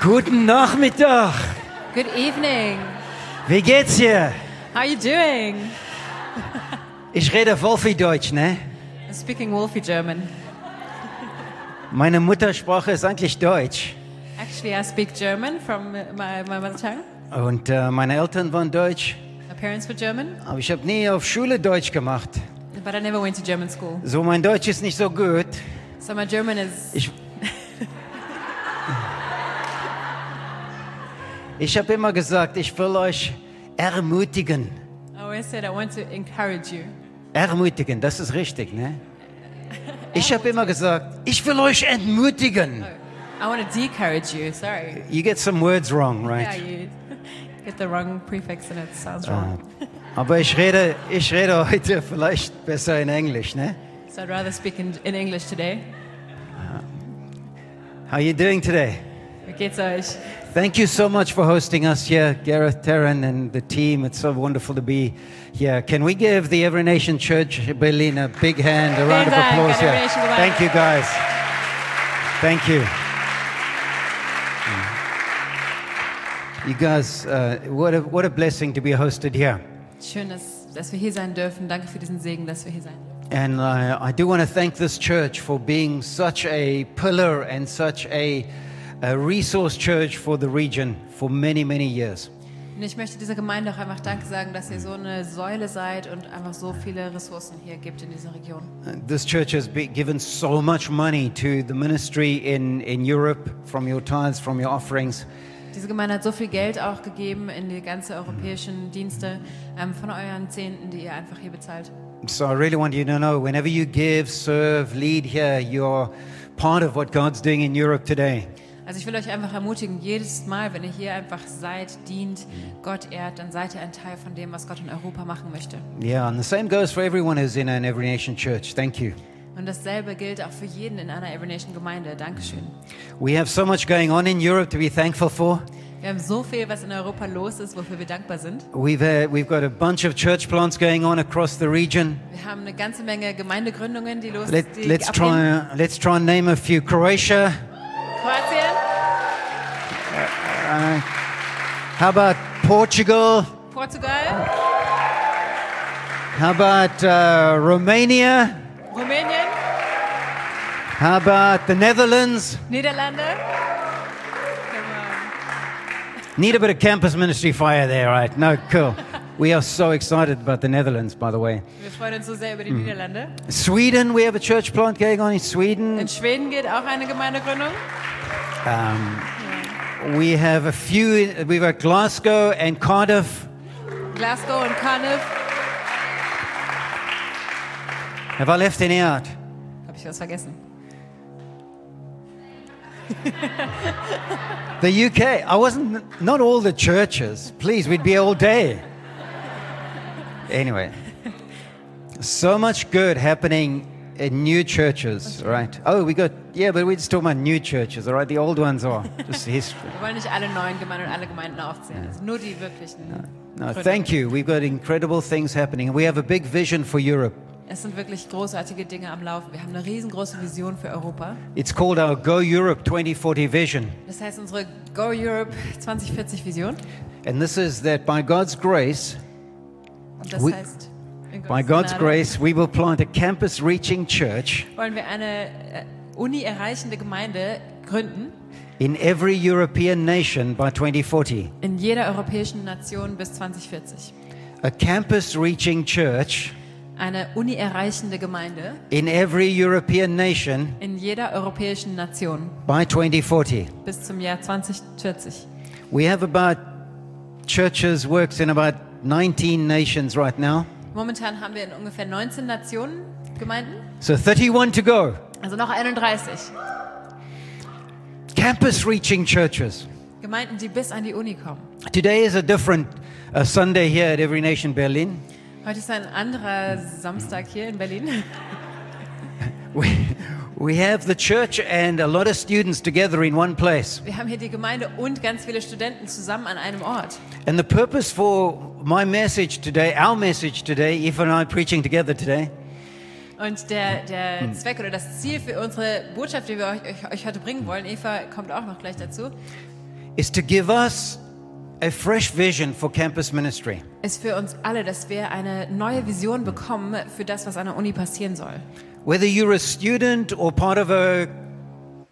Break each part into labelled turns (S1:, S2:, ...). S1: Guten Nachmittag.
S2: Good evening.
S1: Wie geht's dir?
S2: How are you doing?
S1: Ich rede Wolfi-Deutsch, ne?
S2: I'm speaking Wolfie German.
S1: Meine Muttersprache ist eigentlich Deutsch.
S2: Actually, I speak German from my, my mother tongue.
S1: Und äh, meine Eltern waren Deutsch.
S2: My parents were German,
S1: Aber ich habe nie auf Schule Deutsch gemacht.
S2: but I never went to German school.
S1: So, mein Deutsch ist nicht so gut.
S2: So my German is.
S1: Ich. Ich habe immer gesagt, ich will euch ermutigen.
S2: I always said I want to encourage you.
S1: Ermutigen, das ist richtig, ne? Ich habe immer gesagt, ich will euch entmutigen.
S2: I want to decourage you. Sorry.
S1: You get some words wrong,
S2: Yeah,
S1: right?
S2: you get the wrong prefix and it sounds wrong.
S1: Uh-huh. Aber ich rede, ich rede heute vielleicht besser in Englisch, ne?
S2: So I'd rather speak in, in English today.
S1: How you doing today?
S2: Wie geht's euch?
S1: Thank you so much for hosting us here, Gareth, Taryn, and the team. It's so wonderful to be here. Can we give the Every Nation Church Berlin a big hand, a round of
S2: Vielen Dank,
S1: applause
S2: eine
S1: here?
S2: Nation Berlin.
S1: Thank you, guys. Thank you. You guys, uh, what, a, what a blessing to be hosted here.
S2: Schön, dass, dass wir hier sein dürfen. Danke für diesen Segen, dass wir hier sein dürfen.
S1: And uh, I do want to thank this church for being such a pillar and such a, a resource church for the region for many, many years.
S2: Und ich möchte dieser Gemeinde auch einfach Danke sagen, dass ihr so eine Säule seid und einfach so viele Ressourcen hier gibt in dieser Region.
S1: This church has be given so much money to the ministry in, in Europe from your tithes, from your offerings.
S2: Diese Gemeinde hat so viel Geld auch gegeben in die ganzen europäischen Dienste ähm, von euren Zehnten, die ihr einfach hier bezahlt.
S1: So I really want you to know whenever you give, serve, lead here, you're part of what God's doing in Europe today.
S2: Also ich will euch einfach ermutigen, jedes Mal, wenn ihr hier einfach seid, dient, Gott ehrt, dann seid ihr ein Teil von dem, was Gott in Europa machen möchte.
S1: Yeah, and the same goes for everyone who's in an Every Nation church. Thank you.
S2: Und dasselbe gilt auch für jeden in einer Every Nation Gemeinde. Dankeschön.
S1: We have so much going on in Europe to be thankful for.
S2: Wir haben so viel, was in Europa los ist, wofür wir dankbar sind.
S1: We've, uh, we've got a bunch of church plants going on across the region.
S2: Wir haben eine ganze Menge Gemeindegründungen, die los
S1: Let,
S2: die
S1: let's,
S2: abgehen.
S1: try, let's try and name a few Croatia.
S2: Kroatien,
S1: How about Portugal?
S2: Portugal,
S1: How about uh, Romania?
S2: Rumänien,
S1: How about the Netherlands?
S2: Niederlande. Genau. Come
S1: Need a bit of campus ministry fire there, right? No, cool. We are so excited about the Netherlands, by the way.
S2: on. Wir freuen uns so sehr über die
S1: Mhm.
S2: Niederlande.
S1: Sweden, we have a church plant going on in Sweden.
S2: In Schweden geht auch eine Gemeindegründung.
S1: We have a few, we've got Glasgow and Cardiff.
S2: Glasgow und Cardiff.
S1: Have I left any out?
S2: Habe ich was vergessen?
S1: The UK. I wasn't, not all the churches. Please, we'd be all day. Anyway, so much good happening in new churches, right? Oh, we got, yeah, but we're just talking about new churches, all right? The old ones are just history.
S2: Wir wollen nicht alle neuen Gemeinden und alle Gemeinden aufzählen. Also nur die wirklichen.
S1: No,
S2: Gründungen.
S1: thank you. We've got incredible things happening. We have a big vision for Europe.
S2: Es sind wirklich großartige Dinge am Laufen. Wir haben eine riesengroße Vision für Europa.
S1: It's called our Go Europe 2040 vision.
S2: Das heißt unsere Go Europe 2040 Vision.
S1: And this is that by God's grace,
S2: Und das
S1: We-
S2: heißt, in
S1: by
S2: Gottes
S1: God's
S2: Gnade
S1: grace, we will plant a campus reaching church.
S2: wollen wir eine äh, uni-erreichende Gemeinde gründen
S1: in every European nation by 2040.
S2: in jeder europäischen Nation bis 2040.
S1: A campus reaching church
S2: Eine uni-erreichende Gemeinde
S1: in every European nation
S2: in jeder europäischen Nation
S1: by 2040.
S2: bis zum Jahr 2040.
S1: We have about churches works in about 19 nations right now.
S2: Momentan haben wir in ungefähr 19 Nationen Gemeinden,
S1: So 31 to go.
S2: also noch 31
S1: Campus reaching churches.
S2: Gemeinden, die bis an die Uni kommen.
S1: Today is a different uh, Sunday here at Every Nation Berlin.
S2: Heute ist ein anderer Samstag hier in Berlin.
S1: We, we have the church and a lot of students together in one place.
S2: Wir haben hier die Gemeinde und ganz viele Studenten zusammen an einem Ort.
S1: And the purpose for my message today, our message today, Eva and I preaching together today,
S2: Und der, der Zweck oder das Ziel für unsere Botschaft, die wir euch, euch, euch heute bringen wollen, Eva kommt auch noch gleich dazu,
S1: is to give us a fresh vision for campus ministry.
S2: ist für uns alle, dass wir eine neue Vision bekommen für das, was an der Uni passieren soll.
S1: Whether you're a student or part of a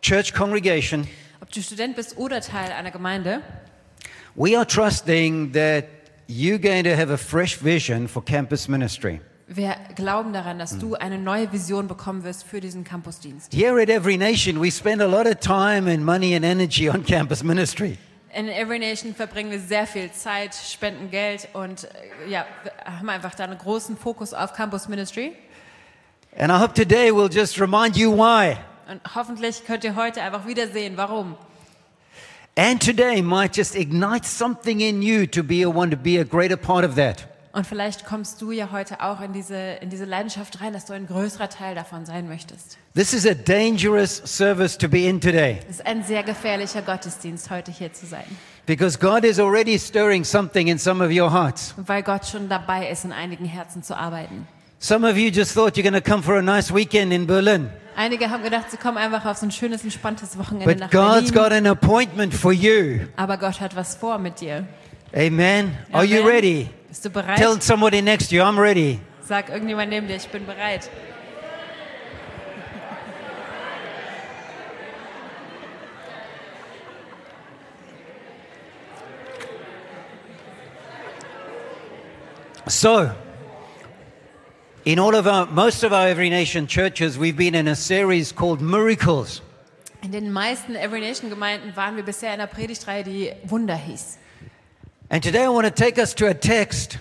S1: church congregation,
S2: Ob du Student bist oder Teil einer Gemeinde,
S1: we are trusting that you're going to have a fresh vision for campus ministry.
S2: wir glauben daran, dass du eine neue Vision bekommen wirst für diesen Campusdienst.
S1: Here at Every Nation, we spend a lot of time and money and energy on campus ministry.
S2: In Every Nation verbringen wir sehr viel Zeit, spenden Geld und äh, ja, wir haben einfach da einen großen Fokus auf Campus Ministry.
S1: And I hope today we'll just remind you why.
S2: Und hoffentlich könnt ihr heute einfach wieder sehen, warum.
S1: And today might just ignite something in you to be a one to be a greater part of that.
S2: Und vielleicht kommst du ja heute auch in diese, in diese Leidenschaft rein, dass du ein größerer Teil davon sein möchtest.
S1: This is a dangerous service to be in today
S2: Es ist ein sehr gefährlicher Gottesdienst, heute hier zu sein,
S1: because God is already stirring something in some of your hearts.
S2: weil Gott schon dabei ist, in einigen Herzen zu arbeiten.
S1: Some of you just thought you're going to come for a nice weekend in Berlin,
S2: Einige haben gedacht, sie kommen einfach auf so ein schönes, entspanntes Wochenende
S1: but
S2: nach
S1: God's
S2: Berlin.
S1: got an appointment for you.
S2: Aber Gott hat was vor mit dir.
S1: Amen. Are you
S2: Amen.
S1: ready?
S2: Bist du bereit?
S1: Tell somebody next to you, I'm ready.
S2: Sag irgendjemand neben dir, ich bin bereit.
S1: So, in all of our, most of our Every Nation churches, we've been in a series called Miracles.
S2: In den meisten Every Nation Gemeinden waren wir bisher in einer Predigtreihe, die Wunder hieß.
S1: And today I want to take us to a text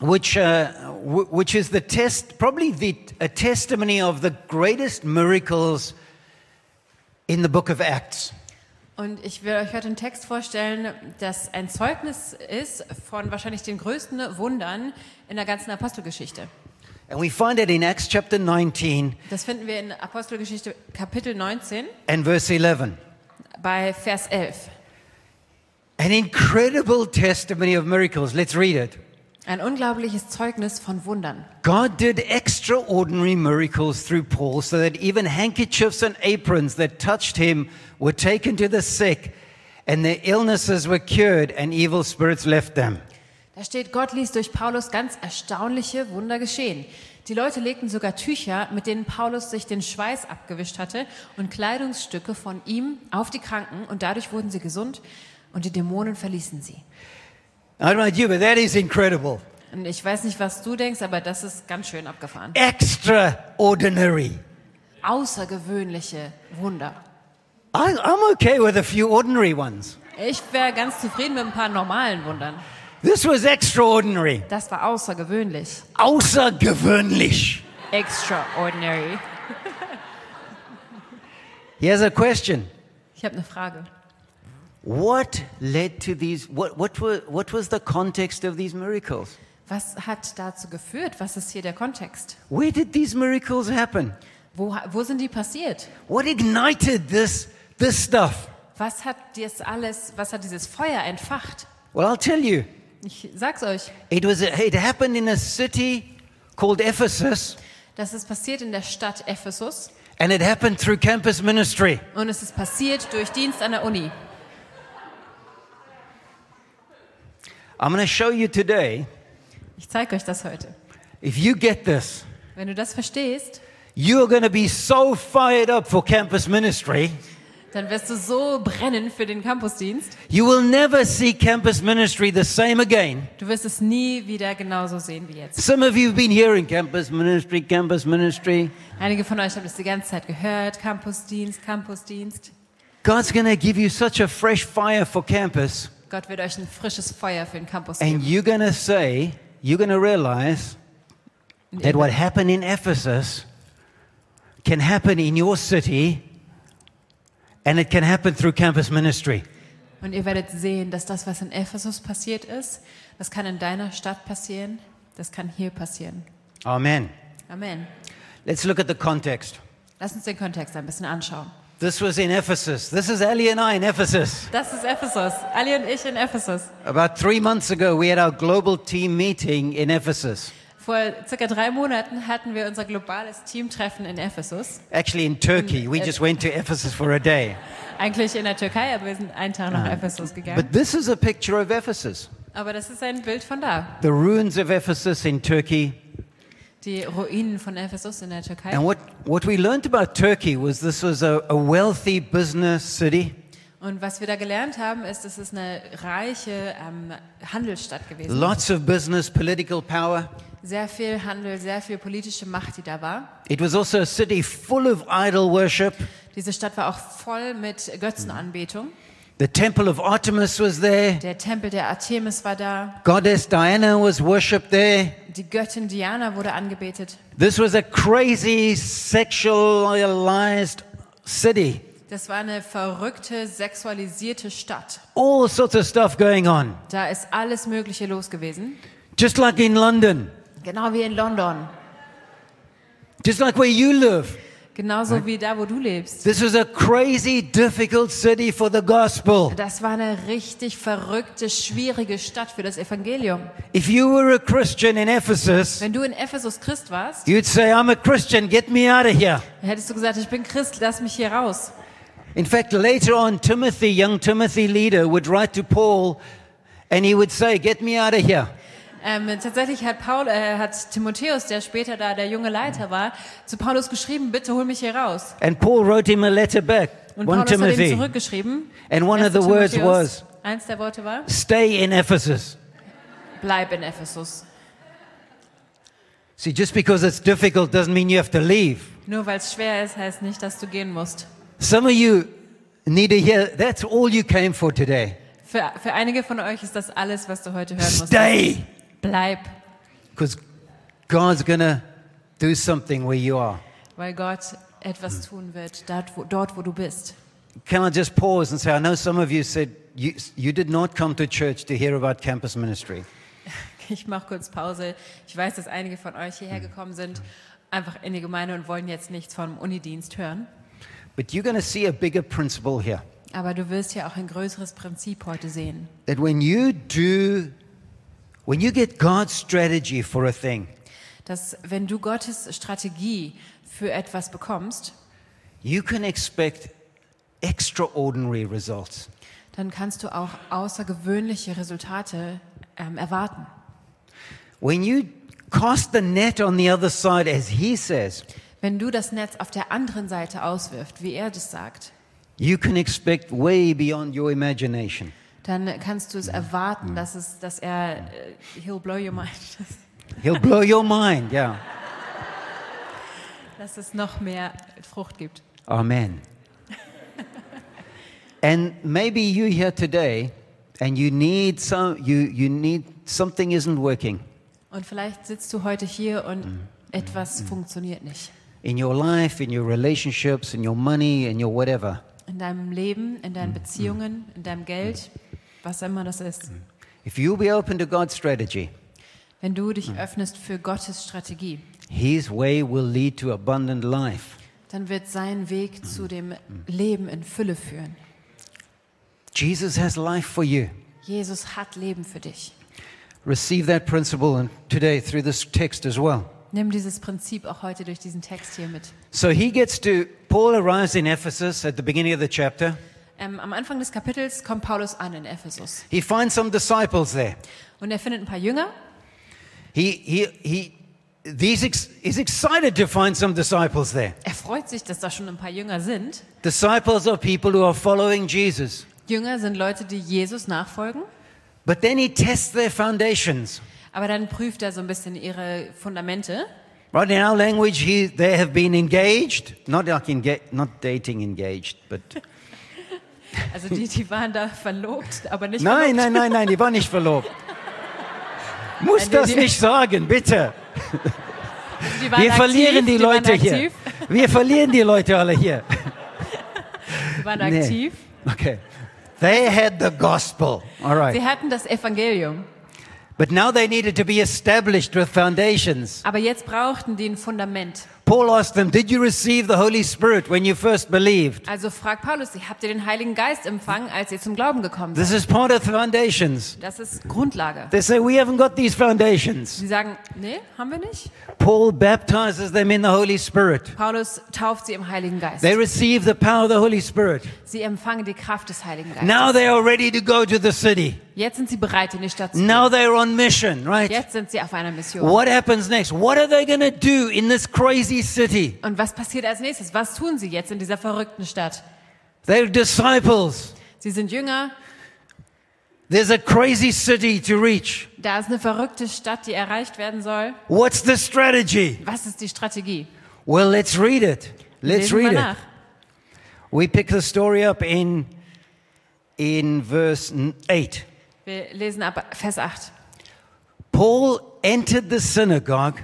S1: which, uh, w- which is the test, probably the, a testimony of the greatest miracles in the book of Acts.
S2: Und ich will euch heute einen Text vorstellen, das ein Zeugnis ist von wahrscheinlich den größten Wundern in der ganzen Apostelgeschichte.
S1: And we find it in Acts chapter 19
S2: Das finden wir in Apostelgeschichte Kapitel 19
S1: and verse 11.
S2: bei Vers 11.
S1: An incredible testimony of miracles. Let's read it.
S2: Ein unglaubliches Zeugnis von Wundern.
S1: God did extraordinary miracles through Paul so that even handkerchiefs and aprons that touched him were taken to the sick and their illnesses were cured and evil spirits left them.
S2: Da steht, Gott ließ durch Paulus ganz erstaunliche Wunder geschehen. Die Leute legten sogar Tücher, mit denen Paulus sich den Schweiß abgewischt hatte, und Kleidungsstücke von ihm auf die Kranken, und dadurch wurden sie gesund, und die Dämonen verließen sie.
S1: I don't know about you, but that is incredible.
S2: Und ich weiß nicht, was du denkst, aber das ist ganz schön abgefahren.
S1: Extraordinary.
S2: Außergewöhnliche Wunder.
S1: I, I'm okay with a few ordinary ones.
S2: Ich wäre ganz zufrieden mit ein paar normalen Wundern.
S1: This was extraordinary.
S2: Das war außergewöhnlich.
S1: Außergewöhnlich.
S2: Extraordinary.
S1: Here's a question.
S2: Ich habe eine Frage.
S1: What led to these? What, what, were, what was the context of these miracles?
S2: Was hat dazu geführt? Was ist hier der Kontext?
S1: Where did these miracles happen?
S2: Wo, wo sind die passiert?
S1: What ignited this, this stuff?
S2: Was hat das alles, was hat dieses Feuer entfacht?
S1: Well, I'll tell you.
S2: Ich sag's euch,
S1: It, was, it happened in a city called Ephesus,
S2: das ist passiert in der Stadt Ephesus
S1: and it happened through campus ministry.
S2: und es ist passiert durch Dienst an der Uni.
S1: I'm going to show you today.
S2: Ich zeige euch das heute.
S1: If you get this,
S2: Wenn du das verstehst,
S1: you are going to be so fired up for campus ministry,
S2: dann wirst du so brennen für den Campusdienst.
S1: you will never see campus ministry the same again.
S2: Du wirst es nie wieder genauso sehen wie jetzt.
S1: Some of you have been hearing campus ministry, campus ministry.
S2: Einige von euch haben das die ganze Zeit gehört. Campusdienst, Campusdienst.
S1: God's going to give you such a fresh fire for campus,
S2: Gott wird euch ein frisches Feuer für den Campus
S1: and
S2: geben.
S1: you're going to say, you're going to realize that what happened in Ephesus can happen in your city, and it can happen through campus ministry.
S2: Und ihr werdet sehen, dass das, was in Ephesus passiert ist, das kann in deiner Stadt passieren, das kann hier passieren.
S1: Amen.
S2: Amen.
S1: Let's look at the context.
S2: Lass uns den Kontext ein bisschen anschauen.
S1: This was in Ephesus. This is Ali and I in Ephesus.
S2: Das ist Ephesus. Ali und ich in Ephesus.
S1: About three months ago, we had our global team meeting in Ephesus.
S2: Vor circa drei Monaten hatten wir unser globales Teamtreffen in Ephesus.
S1: Actually, in Turkey, we just went to Ephesus for a day.
S2: Eigentlich in der Türkei, aber wir sind einen Tag nach Ephesus gegangen.
S1: Ah. But this is a picture of Ephesus
S2: Aber das ist ein Bild von da.
S1: the ruins of Ephesus in Turkey.
S2: Die Ruinen von Ephesus in der Türkei.
S1: And what, what we learned about Turkey was this was a, a wealthy business city,
S2: Und was wir da gelernt haben, ist, es ist eine reiche ähm, Handelsstadt gewesen.
S1: lots of business, political power.
S2: Sehr viel Handel, sehr viel politische Macht, die da war.
S1: It was also a city full of idol worship.
S2: Diese Stadt war auch voll mit Götzenanbetung.
S1: The temple of Artemis was there.
S2: Der Tempel der Artemis war da.
S1: Goddess Diana was worshipped there.
S2: Die Göttin Diana wurde angebetet.
S1: This was a crazy, sexualized city.
S2: Das war eine verrückte, sexualisierte Stadt.
S1: All sorts of stuff going on,
S2: Da ist alles Mögliche los gewesen.
S1: just like in London,
S2: Genau wie in London.
S1: just like where you live.
S2: Genauso wie da, wo du lebst.
S1: This was a crazy, difficult city for the gospel.
S2: Das war eine richtig verrückte, schwierige Stadt für das Evangelium.
S1: If you were a Christian in Ephesus,
S2: Wenn du in Ephesus Christ warst,
S1: you'd say, I'm a Christian, get me out of here.
S2: hättest du gesagt, ich bin Christ, lass mich hier raus.
S1: In fact, later on, Timothy, young Timothy leader, would write to Paul and he would say, Get me out of here.
S2: Ähm, tatsächlich hat, Paul, äh, hat Timotheus, der später da der junge Leiter war, zu Paulus geschrieben, bitte hol mich hier raus.
S1: And Paul wrote him a letter back, 1
S2: Und Paulus hat ihm
S1: Timothy.
S2: zurückgeschrieben.
S1: And one of
S2: 1.
S1: the words
S2: Timotheus,
S1: was,
S2: Eins der Worte war,
S1: Stay in Ephesus.
S2: bleib in Ephesus.
S1: See, just because it's difficult doesn't mean you have to leave.
S2: Nur weil es schwer ist, heißt nicht, dass du gehen musst.
S1: Some of you need to hear that's all you came for today.
S2: Für, für einige von euch ist das alles, was du heute hören musst.
S1: Stay!
S2: Bleib,
S1: Because God's going to do something where you are.
S2: weil Gott etwas tun wird, dort wo, dort, wo du bist.
S1: Can I just pause and say, I know some of you said you, you did not come to church to hear about campus ministry.
S2: Ich mache kurz Pause. Ich weiß, dass einige von euch hierher gekommen sind, einfach in die Gemeinde und wollen jetzt nichts vom Unidienst hören.
S1: But you're going to see a bigger principle here
S2: Aber du wirst ja auch ein größeres Prinzip heute sehen.
S1: that when you do, when you get God's strategy for a thing,
S2: Dass wenn du Gottes Strategie für etwas bekommst,
S1: you can expect extraordinary results.
S2: dann kannst du auch außergewöhnliche Resultate ähm, erwarten.
S1: When you cast the net on the other side, as he says,
S2: Wenn du das Netz auf der anderen Seite auswirft, wie er das sagt,
S1: you can expect way beyond your imagination.
S2: dann kannst du es erwarten, dass es, dass er, äh, he'll blow your mind, dass,
S1: He'll blow your mind. Yeah.
S2: dass es noch mehr Frucht gibt.
S1: Amen. and maybe you here today and you need some you, you need something isn't working
S2: Und vielleicht sitzt du heute hier und etwas funktioniert nicht.
S1: in your life, in your relationships, in your money, in your whatever.
S2: In deinem Leben, in
S1: Mm,
S2: deinen Beziehungen, in deinem Geld, was immer das ist.
S1: Mm. If you'll be open to God's strategy,
S2: Wenn du
S1: Mm.
S2: dich öffnest für Gottes Strategie,
S1: his way will lead to abundant life.
S2: dann wird sein
S1: Mm,
S2: Weg zu dem Leben in Fülle führen.
S1: Jesus has life for you.
S2: Jesus hat Leben für dich.
S1: Receive that principle and today through this text as well.
S2: Nimm dieses Prinzip auch heute durch diesen Text hier mit.
S1: So he gets to Paul arrives in Ephesus at the beginning of the chapter.
S2: Ähm, am Anfang des Kapitels kommt Paulus an in Ephesus
S1: He finds some disciples there.
S2: und er findet ein paar Jünger
S1: He, he, he, these ex, he's excited to find some disciples there.
S2: Er freut sich, dass da schon ein paar Jünger sind.
S1: Disciples are people who are following Jesus.
S2: Jünger sind Leute, die Jesus nachfolgen.
S1: But then he tests their foundations.
S2: Aber dann prüft er so ein bisschen ihre Fundamente.
S1: Right in our language, he, they have been engaged, not like enga- not dating engaged, but
S2: Also die, die waren da verlobt, aber nicht
S1: nein,
S2: verlobt.
S1: nein, nein, nein, die war nicht verlobt. Muss
S2: Nein, die-
S1: das
S2: die-
S1: nicht sagen, bitte.
S2: Die waren
S1: Wir
S2: aktiv,
S1: verlieren die Leute
S2: waren
S1: hier.
S2: aktiv,
S1: Wir verlieren die Leute alle hier.
S2: Die waren
S1: Nee.
S2: aktiv.
S1: Okay. They had the gospel. All right.
S2: Sie hatten das Evangelium.
S1: But now they needed to be established with foundations.
S2: Aber jetzt brauchten die ein Fundament.
S1: Paul asked them, Did you receive the Holy Spirit when you first believed?
S2: Also fragt Paulus, sie, habt ihr den Heiligen Geist empfangen, als ihr zum Glauben gekommen seid?
S1: This is part of the foundations.
S2: Das ist Grundlage.
S1: They say, We haven't got these foundations.
S2: Sie sagen, nee, haben wir nicht.
S1: Paul baptizes them in the Holy Spirit.
S2: Paulus tauft sie im Heiligen Geist.
S1: They receive the power of the Holy Spirit.
S2: Sie empfangen die Kraft des Heiligen Geistes.
S1: Now they are ready to go to the city.
S2: Jetzt sind sie bereit, in die Stadt zu gehen.
S1: Now they are on mission, right?
S2: Jetzt sind sie auf einer Mission.
S1: What happens next? What are they going to do in this crazy city?
S2: Und was passiert als nächstes? Was tun sie jetzt in dieser verrückten Stadt?
S1: They're disciples.
S2: Sie sind Jünger,
S1: There's a crazy city to reach.
S2: da ist eine verrückte Stadt, die erreicht werden soll.
S1: What's the strategy?
S2: Was ist die Strategie?
S1: Well, let's read it. Let's
S2: Lesen wir
S1: read it.
S2: nach.
S1: We pick the story up in in verse 8.
S2: Wir lesen ab Vers 8.
S1: Paul entered the synagogue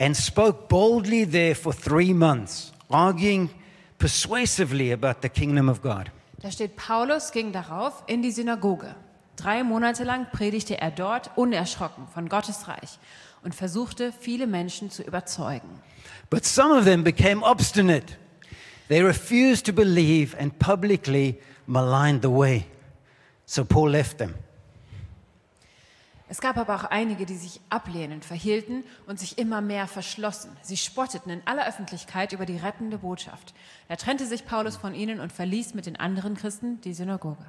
S1: and spoke boldly there for 3 months, arguing persuasively about the kingdom of God.
S2: Da steht, Paulus ging darauf in die Synagoge. Drei Monate lang predigte er dort unerschrocken von Gottes Reich und versuchte, viele Menschen zu überzeugen.
S1: But some of them became obstinate. They refused to believe and publicly maligned the way. So Paul left them.
S2: Es gab aber auch einige, die sich ablehnend verhielten und sich immer mehr verschlossen. Sie spotteten in aller Öffentlichkeit über die rettende Botschaft. Da trennte sich Paulus von ihnen und verließ mit den anderen Christen die Synagoge.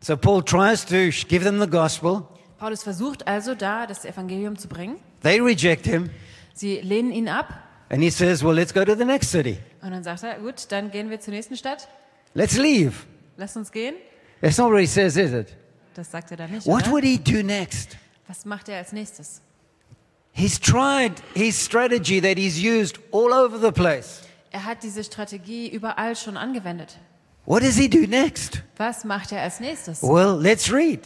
S1: So Paul tries to sh- give them the gospel.
S2: Paulus versucht also da, das Evangelium zu bringen.
S1: They reject him.
S2: Sie lehnen ihn ab
S1: And he says, Well, let's go to the next city.
S2: und dann sagt er, gut, dann gehen wir zur nächsten Stadt.
S1: Let's leave.
S2: Lasst uns gehen.
S1: That's not what he says, is it?
S2: Das sagt er dann nicht.
S1: What
S2: Oder?
S1: would he do next?
S2: Was macht er als nächstes?
S1: He's tried his strategy that he's used all over the place.
S2: Er hat diese Strategie überall schon angewendet.
S1: What does he do next?
S2: Was macht er als nächstes?
S1: Well, let's read.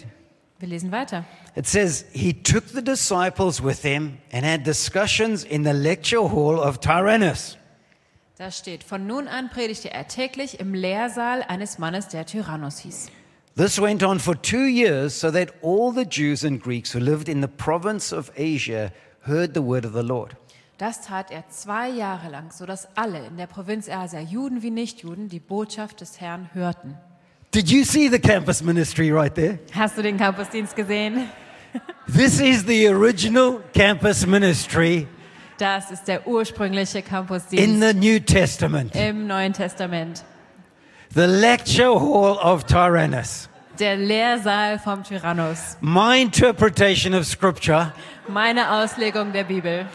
S2: Wir lesen weiter.
S1: It says, He took the disciples with him and had discussions in the lecture hall of Tyrannus.
S2: Da steht, von nun an predigte er täglich im Lehrsaal eines Mannes, der Tyrannus hieß.
S1: This went on for two years so that all the Jews and Greeks who lived in the province of Asia heard the word of the Lord.
S2: Das tat er zwei Jahre lang, sodass alle in der Provinz Asia, Juden wie Nichtjuden, die Botschaft des Herrn hörten.
S1: Did you see the campus ministry right there?
S2: Hast du den Campusdienst gesehen?
S1: This is the original campus ministry
S2: Das ist der ursprüngliche
S1: in
S2: Campusdienst
S1: the New Testament.
S2: im Neuen Testament.
S1: The lecture hall of Tyrannus.
S2: Der Lehrsaal vom Tyrannus.
S1: My interpretation of scripture
S2: Meine Auslegung der Bibel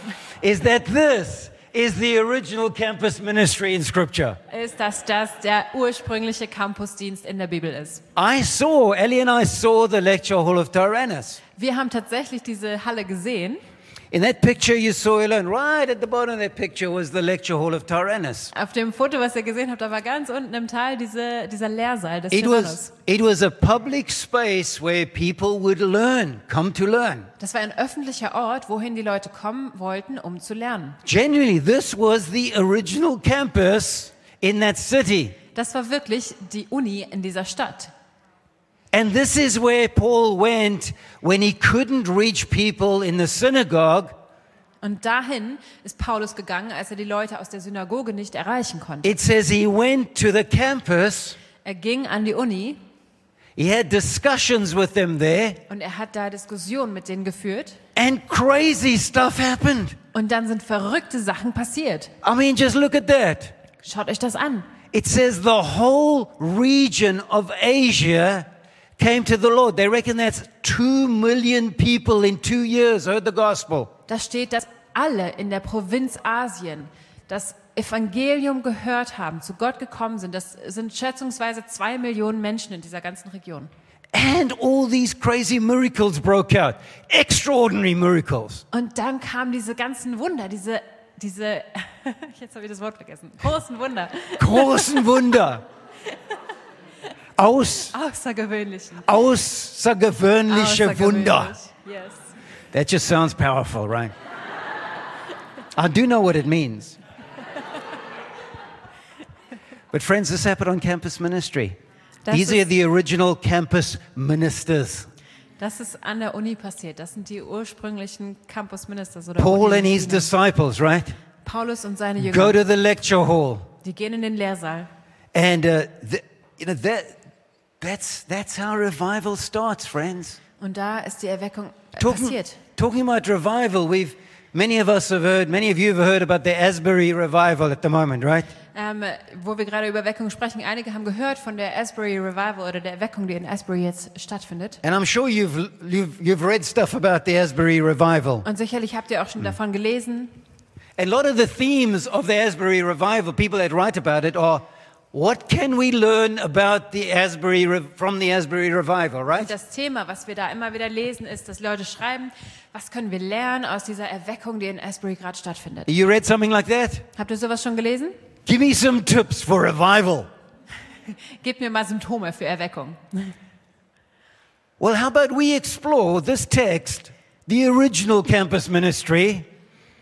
S1: is that this is the original campus ministry in scripture.
S2: ist, dass das der ursprüngliche Campusdienst in der Bibel ist.
S1: I saw, Ellie and I saw the lecture hall of Tyrannus.
S2: Wir haben tatsächlich diese Halle gesehen.
S1: In that picture you saw, Ellen, right at the bottom of that picture was the lecture hall of Tyrannus.
S2: Auf dem Foto, was ihr gesehen habt, da war ganz unten im Tal diese, dieser Lehrsaal des
S1: It
S2: Tyrannus.
S1: was, it was a public space where people would learn, come to learn.
S2: Das war ein öffentlicher Ort, wohin die Leute kommen wollten, um zu lernen.
S1: Genuinely, this was the original campus in that city.
S2: Das war wirklich die Uni in dieser Stadt.
S1: And this is where Paul went when he couldn't reach people in the synagogue.
S2: Und dahin ist Paulus gegangen, als er die Leute aus der Synagoge nicht erreichen konnte.
S1: It says he went to the campus,
S2: Er ging an die Uni
S1: he had discussions with them there,
S2: und er hat da Diskussionen mit denen geführt.
S1: and crazy stuff happened.
S2: Und dann sind verrückte Sachen passiert.
S1: I mean, just look at that.
S2: Schaut euch das an.
S1: It says the whole region of Asia came to the Lord. They reckon that's two million people in two years heard the gospel.
S2: Da steht, dass alle in der Provinz Asien das Evangelium gehört haben, zu Gott gekommen sind. Das sind schätzungsweise zwei Millionen Menschen in dieser ganzen Region.
S1: And all these crazy miracles broke out. Extraordinary miracles.
S2: Und dann kamen diese ganzen Wunder, diese, diese, jetzt habe ich das Wort vergessen, großen Wunder,
S1: Großen Wunder. Aus,
S2: außergewöhnlichen.
S1: außergewöhnliche Wunder.
S2: Außergewöhnlich. Yes.
S1: That just sounds powerful, right? I do know what it means. But, friends, this happened on campus ministry.
S2: Das
S1: These
S2: ist-
S1: are the original campus ministers
S2: Das ist an der Uni passiert. Das sind die ursprünglichen Campus Ministers oder
S1: Paul and his
S2: Uni-Diener.
S1: disciples, right?
S2: Paulus und seine
S1: go
S2: Jünger,
S1: to the lecture hall.
S2: die gehen in den Lehrsaal.
S1: And, uh, th- you know, that, that's, that's how revival starts, friends.
S2: Und da ist die Erweckung äh,
S1: Talking,
S2: passiert.
S1: talking about revival, we've, many of us have heard, many of you have heard about the Asbury revival at the moment, right?
S2: Ähm, äh, wo wir gerade über Erweckung sprechen, einige haben gehört von der Asbury Revival oder der Erweckung, die in Asbury jetzt stattfindet.
S1: And I'm sure you've, you've, you've read stuff about the Asbury revival.
S2: Und sicherlich habt ihr auch schon
S1: Hm.
S2: davon gelesen.
S1: A lot of the themes of the Asbury revival, people that write about it, are what can we learn about the Asbury re- from the Asbury revival, right?
S2: Und das Thema, was wir da immer wieder lesen, ist, dass Leute schreiben, was können wir lernen aus dieser Erweckung, die in Asbury gerade stattfindet.
S1: You read something like that?
S2: Habt ihr sowas schon gelesen?
S1: Give me some tips for revival.
S2: Gebt mir mal Symptome für Erweckung.
S1: Well, how about we explore this text, the original campus ministry,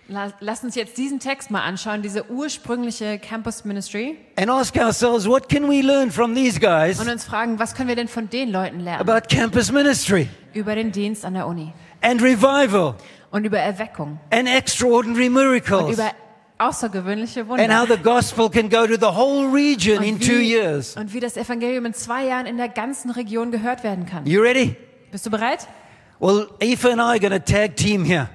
S2: La- Lasst uns jetzt diesen Text mal anschauen, diese ursprüngliche Campus Ministry,
S1: and ask ourselves what can we learn from these guys
S2: und uns fragen, was können wir denn von den Leuten lernen
S1: about campus ministry
S2: über den Dienst an der Uni
S1: and revival
S2: und über Erweckung,
S1: and extraordinary miracles
S2: über außergewöhnliche Wunder.
S1: and how the gospel can go to the whole region in
S2: und,
S1: two
S2: wie,
S1: years.
S2: und wie das Evangelium in zwei Jahren in der ganzen Region gehört werden kann.
S1: You ready?
S2: Bist du bereit?
S1: Well, Aoife and I are going to tag team here.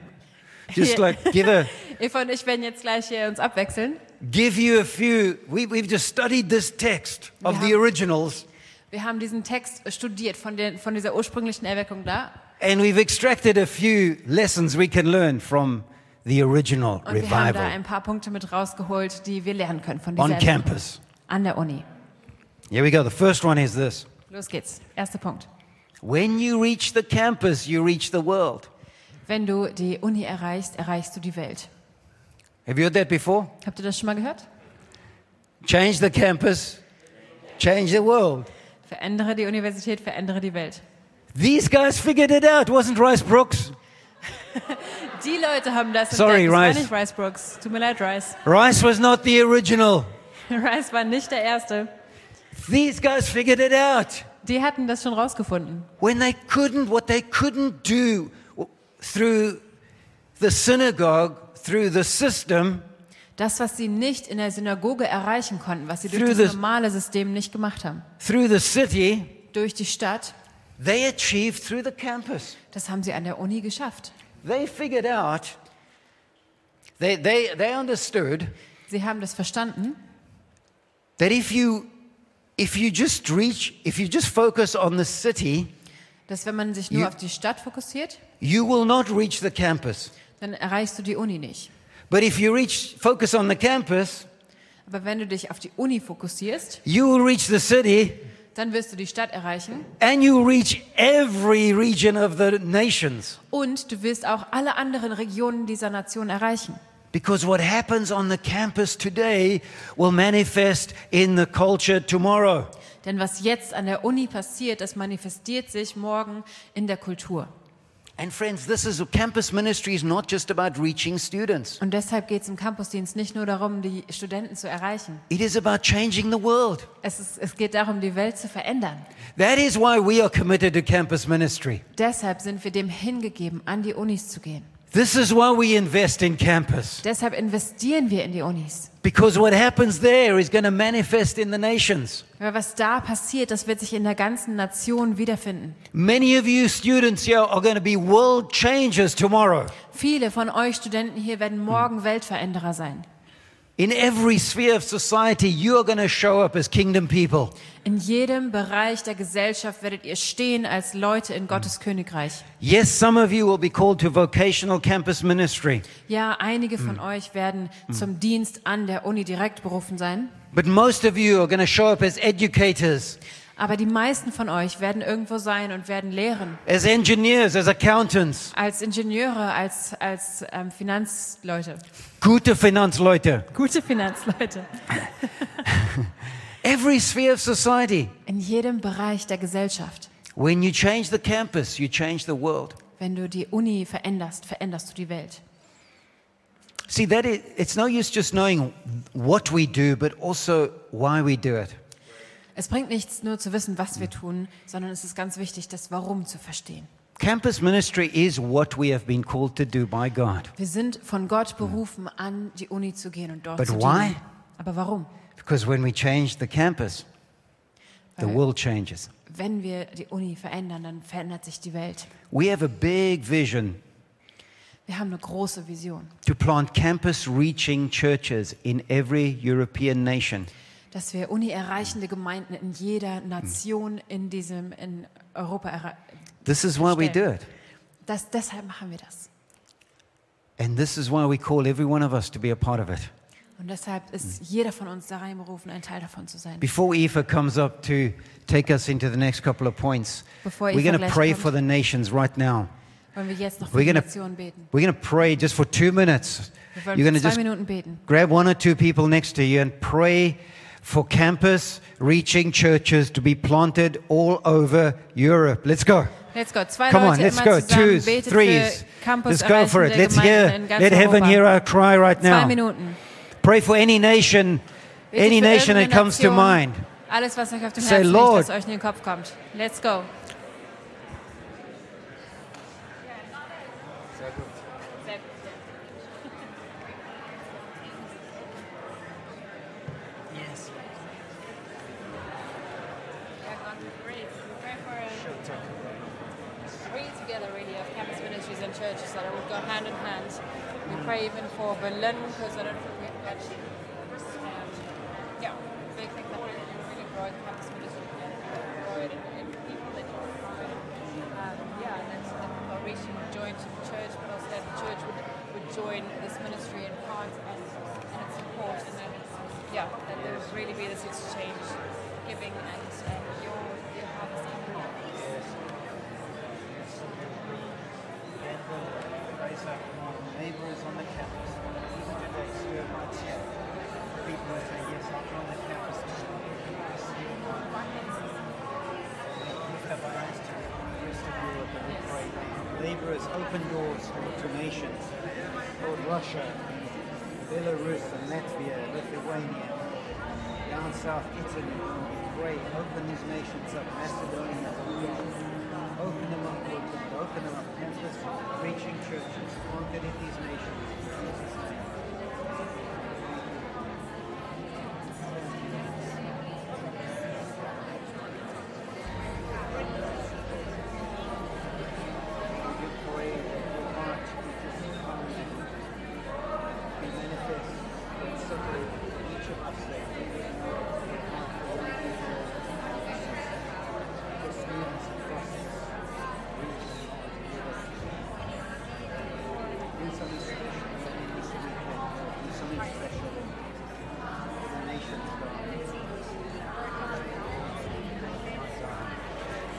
S1: Just
S2: Yeah.
S1: like give a
S2: Eva und ich werden jetzt gleich hier uns abwechseln.
S1: give you a few. We, we've just studied this text of the
S2: Yeah.
S1: originals,
S2: Wir haben diesen Text studiert von, den, von dieser ursprünglichen Erweckung da.
S1: and we've extracted a few lessons we can learn from the original
S2: Und wir haben da
S1: revival
S2: ein paar Punkte mit rausgeholt, die wir lernen können von dieser
S1: on
S2: Erweckung
S1: campus.
S2: an der Uni.
S1: Here we go. The first one is this:
S2: Los geht's. Erster Punkt.
S1: When you reach the campus, you reach the world.
S2: Wenn du die Uni erreichst, erreichst du die Welt.
S1: Have you heard that before?
S2: Habt ihr das schon mal gehört?
S1: Change the campus, change the world.
S2: Verändere die Universität, verändere die Welt.
S1: These guys figured it out. Wasn't Rice Brooks?
S2: Die Leute haben das
S1: Sorry,
S2: entdeckt.
S1: Rice.
S2: Das war nicht Rice Brooks. Tut mir leid, Rice.
S1: Rice was not the original.
S2: Rice war nicht der Erste.
S1: These guys figured it out.
S2: Die hatten das schon rausgefunden.
S1: When they couldn't, what they couldn't do w- through the synagogue, through the system,
S2: Das, was sie nicht in der Synagoge erreichen konnten, was sie durch
S1: Through
S2: das
S1: this-
S2: normale System nicht gemacht haben.
S1: through the city,
S2: Durch die Stadt,
S1: they achieved through the campus.
S2: das haben sie an der Uni geschafft.
S1: They figured out, they, they, they understood
S2: Sie haben das verstanden,
S1: that if you, if you just reach, if you just focus on the city,
S2: dass wenn man sich nur
S1: You-
S2: auf die Stadt fokussiert,
S1: you will not reach the campus.
S2: dann erreichst du die Uni nicht.
S1: But if you reach, focus on the campus,
S2: Aber wenn du dich auf die Uni fokussierst,
S1: you will reach the city
S2: dann wirst du die Stadt erreichen
S1: and you will reach every region of the nations.
S2: und du wirst auch alle anderen Regionen dieser Nation erreichen.
S1: Because what happens on the campus today will manifest in the culture tomorrow.
S2: Denn was jetzt an der Uni passiert, das manifestiert sich morgen in der Kultur.
S1: And friends, this is campus ministry is not just about reaching students.
S2: Und deshalb geht es im Campusdienst nicht nur darum, die Studenten zu erreichen.
S1: It is about changing the world.
S2: Es, ist, es geht darum, die Welt zu verändern.
S1: That is why we are committed to campus ministry.
S2: Deshalb sind wir dem hingegeben, an die Unis zu gehen.
S1: This is why we invest in campus.
S2: Deshalb investieren wir in die Unis.
S1: Because what happens there is going to manifest in the nations.
S2: Weil was da passiert, das wird sich in der ganzen Nation wiederfinden.
S1: Many of you students here are going to be world changers tomorrow
S2: Viele von euch Studenten hier werden morgen Weltveränderer sein.
S1: in every sphere of society. You are going to show up as kingdom people.
S2: In jedem Bereich der Gesellschaft werdet ihr stehen als Leute in Gottes Königreich.
S1: Yes, some of you will be called to vocational campus ministry,
S2: Ja, einige von euch werden zum Dienst an der Uni direkt berufen sein.
S1: but most of you are going to show up as educators,
S2: Aber die meisten von euch werden irgendwo sein und werden lehren.
S1: as engineers, as accountants,
S2: Als Ingenieure, als, als ähm, Finanzleute.
S1: gute Finanzleute.
S2: Gute Finanzleute.
S1: Every sphere of society.
S2: In jedem Bereich der Gesellschaft.
S1: When you change the campus, you change the world.
S2: Wenn du die Uni veränderst, veränderst du die Welt.
S1: See, that is, it's no use just knowing what we do, but also why we do it.
S2: Es bringt nichts, nur zu wissen, was wir tun, sondern es ist ganz wichtig, das Warum zu verstehen.
S1: Campus ministry is what we have been called to do by God
S2: Wir sind von Gott berufen, an die Uni zu gehen und dort
S1: But
S2: zu
S1: why?
S2: dienen. Aber warum?
S1: because when we change the campus, the world changes.
S2: Wenn wir die Uni verändern, dann verändert sich die Welt.
S1: We have a big vision
S2: Wir haben eine große Vision,
S1: to plant campus reaching churches in every European nation.
S2: dass wir uni-erreichende Gemeinden in jeder Nation in diesem in Europa erreichen.
S1: This is why we do it.
S2: Das, deshalb machen wir das.
S1: And this is why we call every one of us to be a part of it.
S2: Und deshalb ist
S1: Mhm.
S2: jeder von uns da reinberufen, ein Teil davon zu sein.
S1: Before Aoife comes up to take us into the next couple of points,
S2: Bevor
S1: we're
S2: Aoife
S1: going to
S2: gleich
S1: pray
S2: kommt.
S1: for the nations right now.
S2: Wollen wir jetzt noch
S1: We're
S2: für die
S1: gonna-
S2: Nation beten?
S1: We're going to pray just for two minutes.
S2: Wir
S1: You're
S2: wollen
S1: going to
S2: für zwei
S1: just
S2: Minuten beten.
S1: grab one or two people next to you and pray for campus reaching churches to be planted all over Europe. Let's go.
S2: Let's go. Zwei
S1: Come on,
S2: Leute
S1: let's
S2: immer
S1: go.
S2: zusammen.
S1: Twos,
S2: betet
S1: threes.
S2: für Campus
S1: Let's go for it.
S2: erreichende
S1: Let's
S2: Gemeinden
S1: hear.
S2: in ganz
S1: Let heaven
S2: Europa.
S1: hear our cry right
S2: Zwei
S1: now.
S2: Minuten.
S1: Pray for any nation,
S2: Betet
S1: any nation
S2: für
S1: that
S2: irgendeine
S1: comes to
S2: Nation.
S1: mind.
S2: Alles, was euch auf dem
S1: Say,
S2: Herzen
S1: Lord.
S2: liegt, was euch in den Kopf kommt. Let's go. Pray together really of campus ministries and churches that it would go hand in hand. We pray even for Berlin because I don't think we have much. um, Yeah, they think that we're really growing campus ministry and grow it in people that you can grow it. Um, yeah, and that's that people are reaching join to the church, but also that the church would, would join this ministry and plant and, and its support and then yeah, that there would really be this exchange giving and, and your, your harvest coming up.
S1: Laborers, open doors to nations, Lord Russia, Belarus and Latvia, Lithuania, down south Italy, we pray, open these nations up, Macedonia, Greece. open them up, Lord God, open them up, campus, reaching churches, planted in these nations. In Jesus' name. We pray that your heart would just come and be manifest and settle in each of us that we would know your heart for your people, the students across this region of Europe. Do something special in this weekend, Lord. Do something special for the nations, God.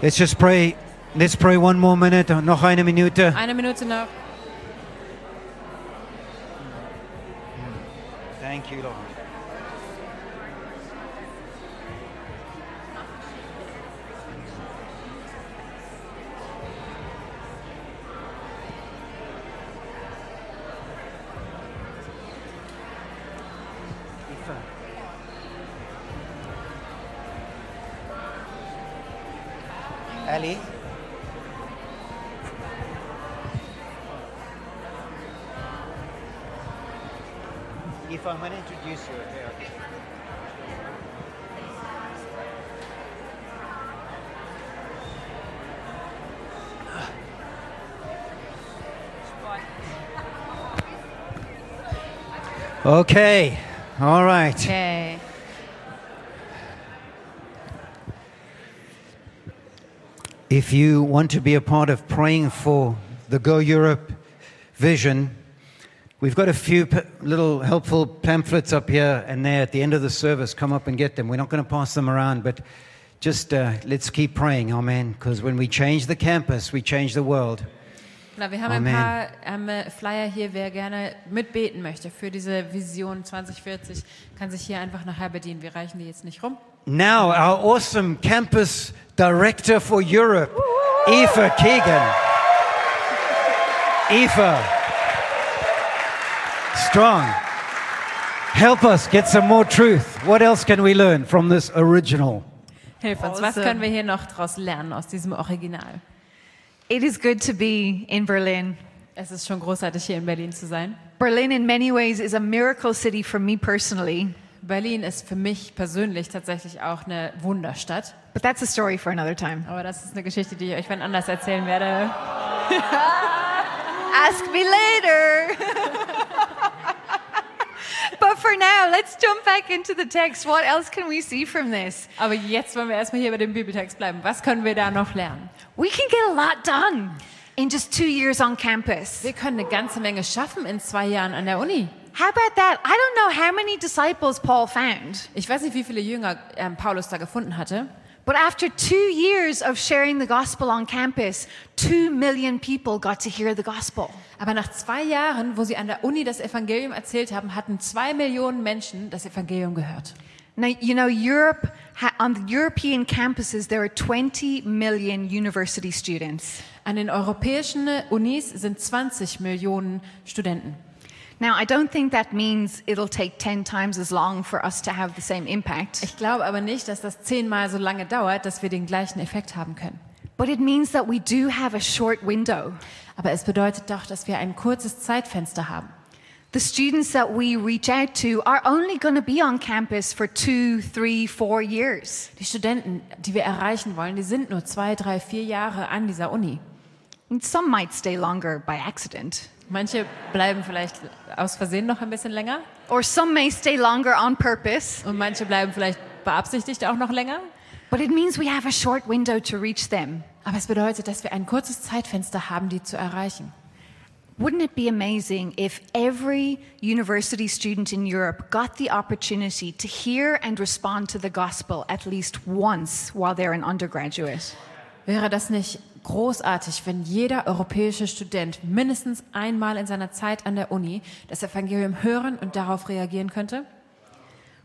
S1: Let's just pray. Let's pray one more minute, noch eine Minute.
S2: Eine Minute noch.
S1: Thank you, Lord. Eva. Ali? If I'm going to introduce you, okay, okay. Okay, all right.
S2: Okay.
S1: If you want to be a part of praying for the Go Europe vision, we've got a few p- little helpful pamphlets up here and there at the end of the service. Come up and get them. We're not going to pass them around, but just uh, let's keep praying, amen. Because when we change the campus, we change the world.
S2: Na, Genau, wir haben
S1: Amen.
S2: ein paar ähm, äh, Flyer hier, wer gerne mitbeten möchte für diese Vision 2040, kann sich hier einfach nachher bedienen. Wir reichen die jetzt nicht rum.
S1: Now, our awesome campus director for Europe, Aoife Keegan. Aoife, strong. Help us get some more truth. What else can we learn from this original?
S2: Hilf uns, was
S3: Awesome.
S2: können wir hier noch daraus lernen aus diesem Original?
S3: It is good to be in Berlin.
S2: Es ist schon großartig, hier in Berlin zu sein.
S3: Berlin, in many ways, is a miracle city for me personally,
S2: Berlin ist für mich persönlich tatsächlich auch eine Wunderstadt.
S3: but that's a story for another time.
S2: Aber das ist eine Geschichte, die ich euch wann anders erzählen werde.
S3: Ask me later. but for now, let's jump back into the text. What else can we see from this?
S2: Aber jetzt wollen wir erstmal hier bei dem Bibeltext bleiben. Was können wir da noch lernen?
S3: We can get a lot done in just two years on campus.
S2: Wir können eine ganze Menge schaffen in zwei Jahren an der Uni.
S3: How about that? I don't know how many disciples Paul found,
S2: Ich weiß nicht, wie viele Jünger ähm, Paulus da gefunden hatte.
S3: but after two years of sharing the gospel on campus, two million people got to hear the gospel.
S2: Aber nach zwei Jahren, wo sie an der Uni das Evangelium erzählt haben, hatten zwei Millionen Menschen das Evangelium gehört.
S3: Now, you know, Europe, ha- on the European campuses, there are 20 million university students.
S2: An den europäischen Unis sind 20 Millionen Studenten.
S3: Now, I don't think that means it'll take 10 times as long for us to have the same impact,
S2: Ich glaube aber nicht, dass das zehnmal so lange dauert, dass wir den gleichen Effekt haben können.
S3: but it means that we do have a short window.
S2: Aber es bedeutet doch, dass wir ein kurzes Zeitfenster haben.
S3: The students that we reach out to are only going to be on campus for two, three, four years.
S2: Die Studenten, die wir erreichen wollen, die sind nur zwei, drei, vier Jahre an dieser Uni.
S3: And some might stay longer by accident,
S2: Manche bleiben vielleicht aus Versehen noch ein bisschen länger
S3: or some may stay longer on purpose,
S2: und manche bleiben vielleicht beabsichtigt auch noch länger.
S3: but it means we have a short window to reach them.
S2: Aber es bedeutet, dass wir ein kurzes Zeitfenster haben, die zu erreichen.
S3: Wouldn't it be amazing if every university student in Europe got the opportunity to hear and respond to the gospel at least once while they're an undergraduate?
S2: Wäre das nicht großartig, wenn jeder europäische Student mindestens einmal in seiner Zeit an der Uni das Evangelium hören und darauf reagieren könnte?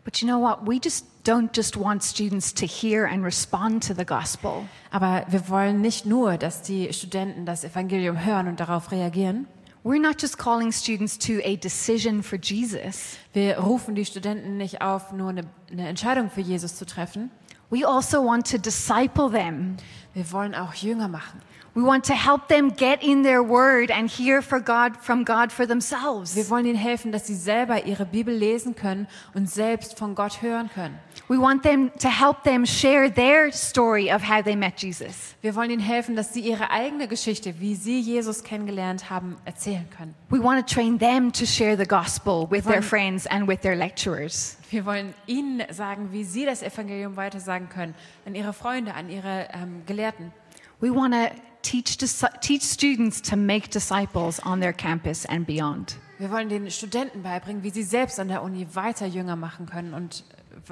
S3: But you know what? We just don't just want students to hear and respond to the gospel.
S2: Aber wir wollen nicht nur, dass die Studenten das Evangelium hören und darauf reagieren.
S3: We're not just calling students to a decision for Jesus.
S2: Wir rufen die Studenten nicht auf, nur eine, eine Entscheidung für Jesus zu treffen.
S3: We also want to disciple them.
S2: Wir wollen auch Jünger machen.
S3: We want to help them get in their word and hear for God from God for themselves.
S2: Wir wollen ihnen helfen, dass sie selber ihre Bibel lesen können und selbst von Gott hören können.
S3: We want them to help them share their story of how they met Jesus.
S2: Wir wollen ihnen helfen, dass sie ihre eigene Geschichte, wie sie Jesus kennengelernt haben, erzählen können.
S3: We want to train them to share the gospel with their
S2: wollen-
S3: friends and with their lecturers.
S2: Wir wollen ihnen sagen, wie sie das Evangelium weitersagen können an ihre Freunde, an ihre ähm, Gelehrten.
S3: We want to teach, dis- teach students to make disciples on their campus and beyond.
S2: Wir wollen den Studenten beibringen, wie sie selbst an der Uni weiter Jünger machen können und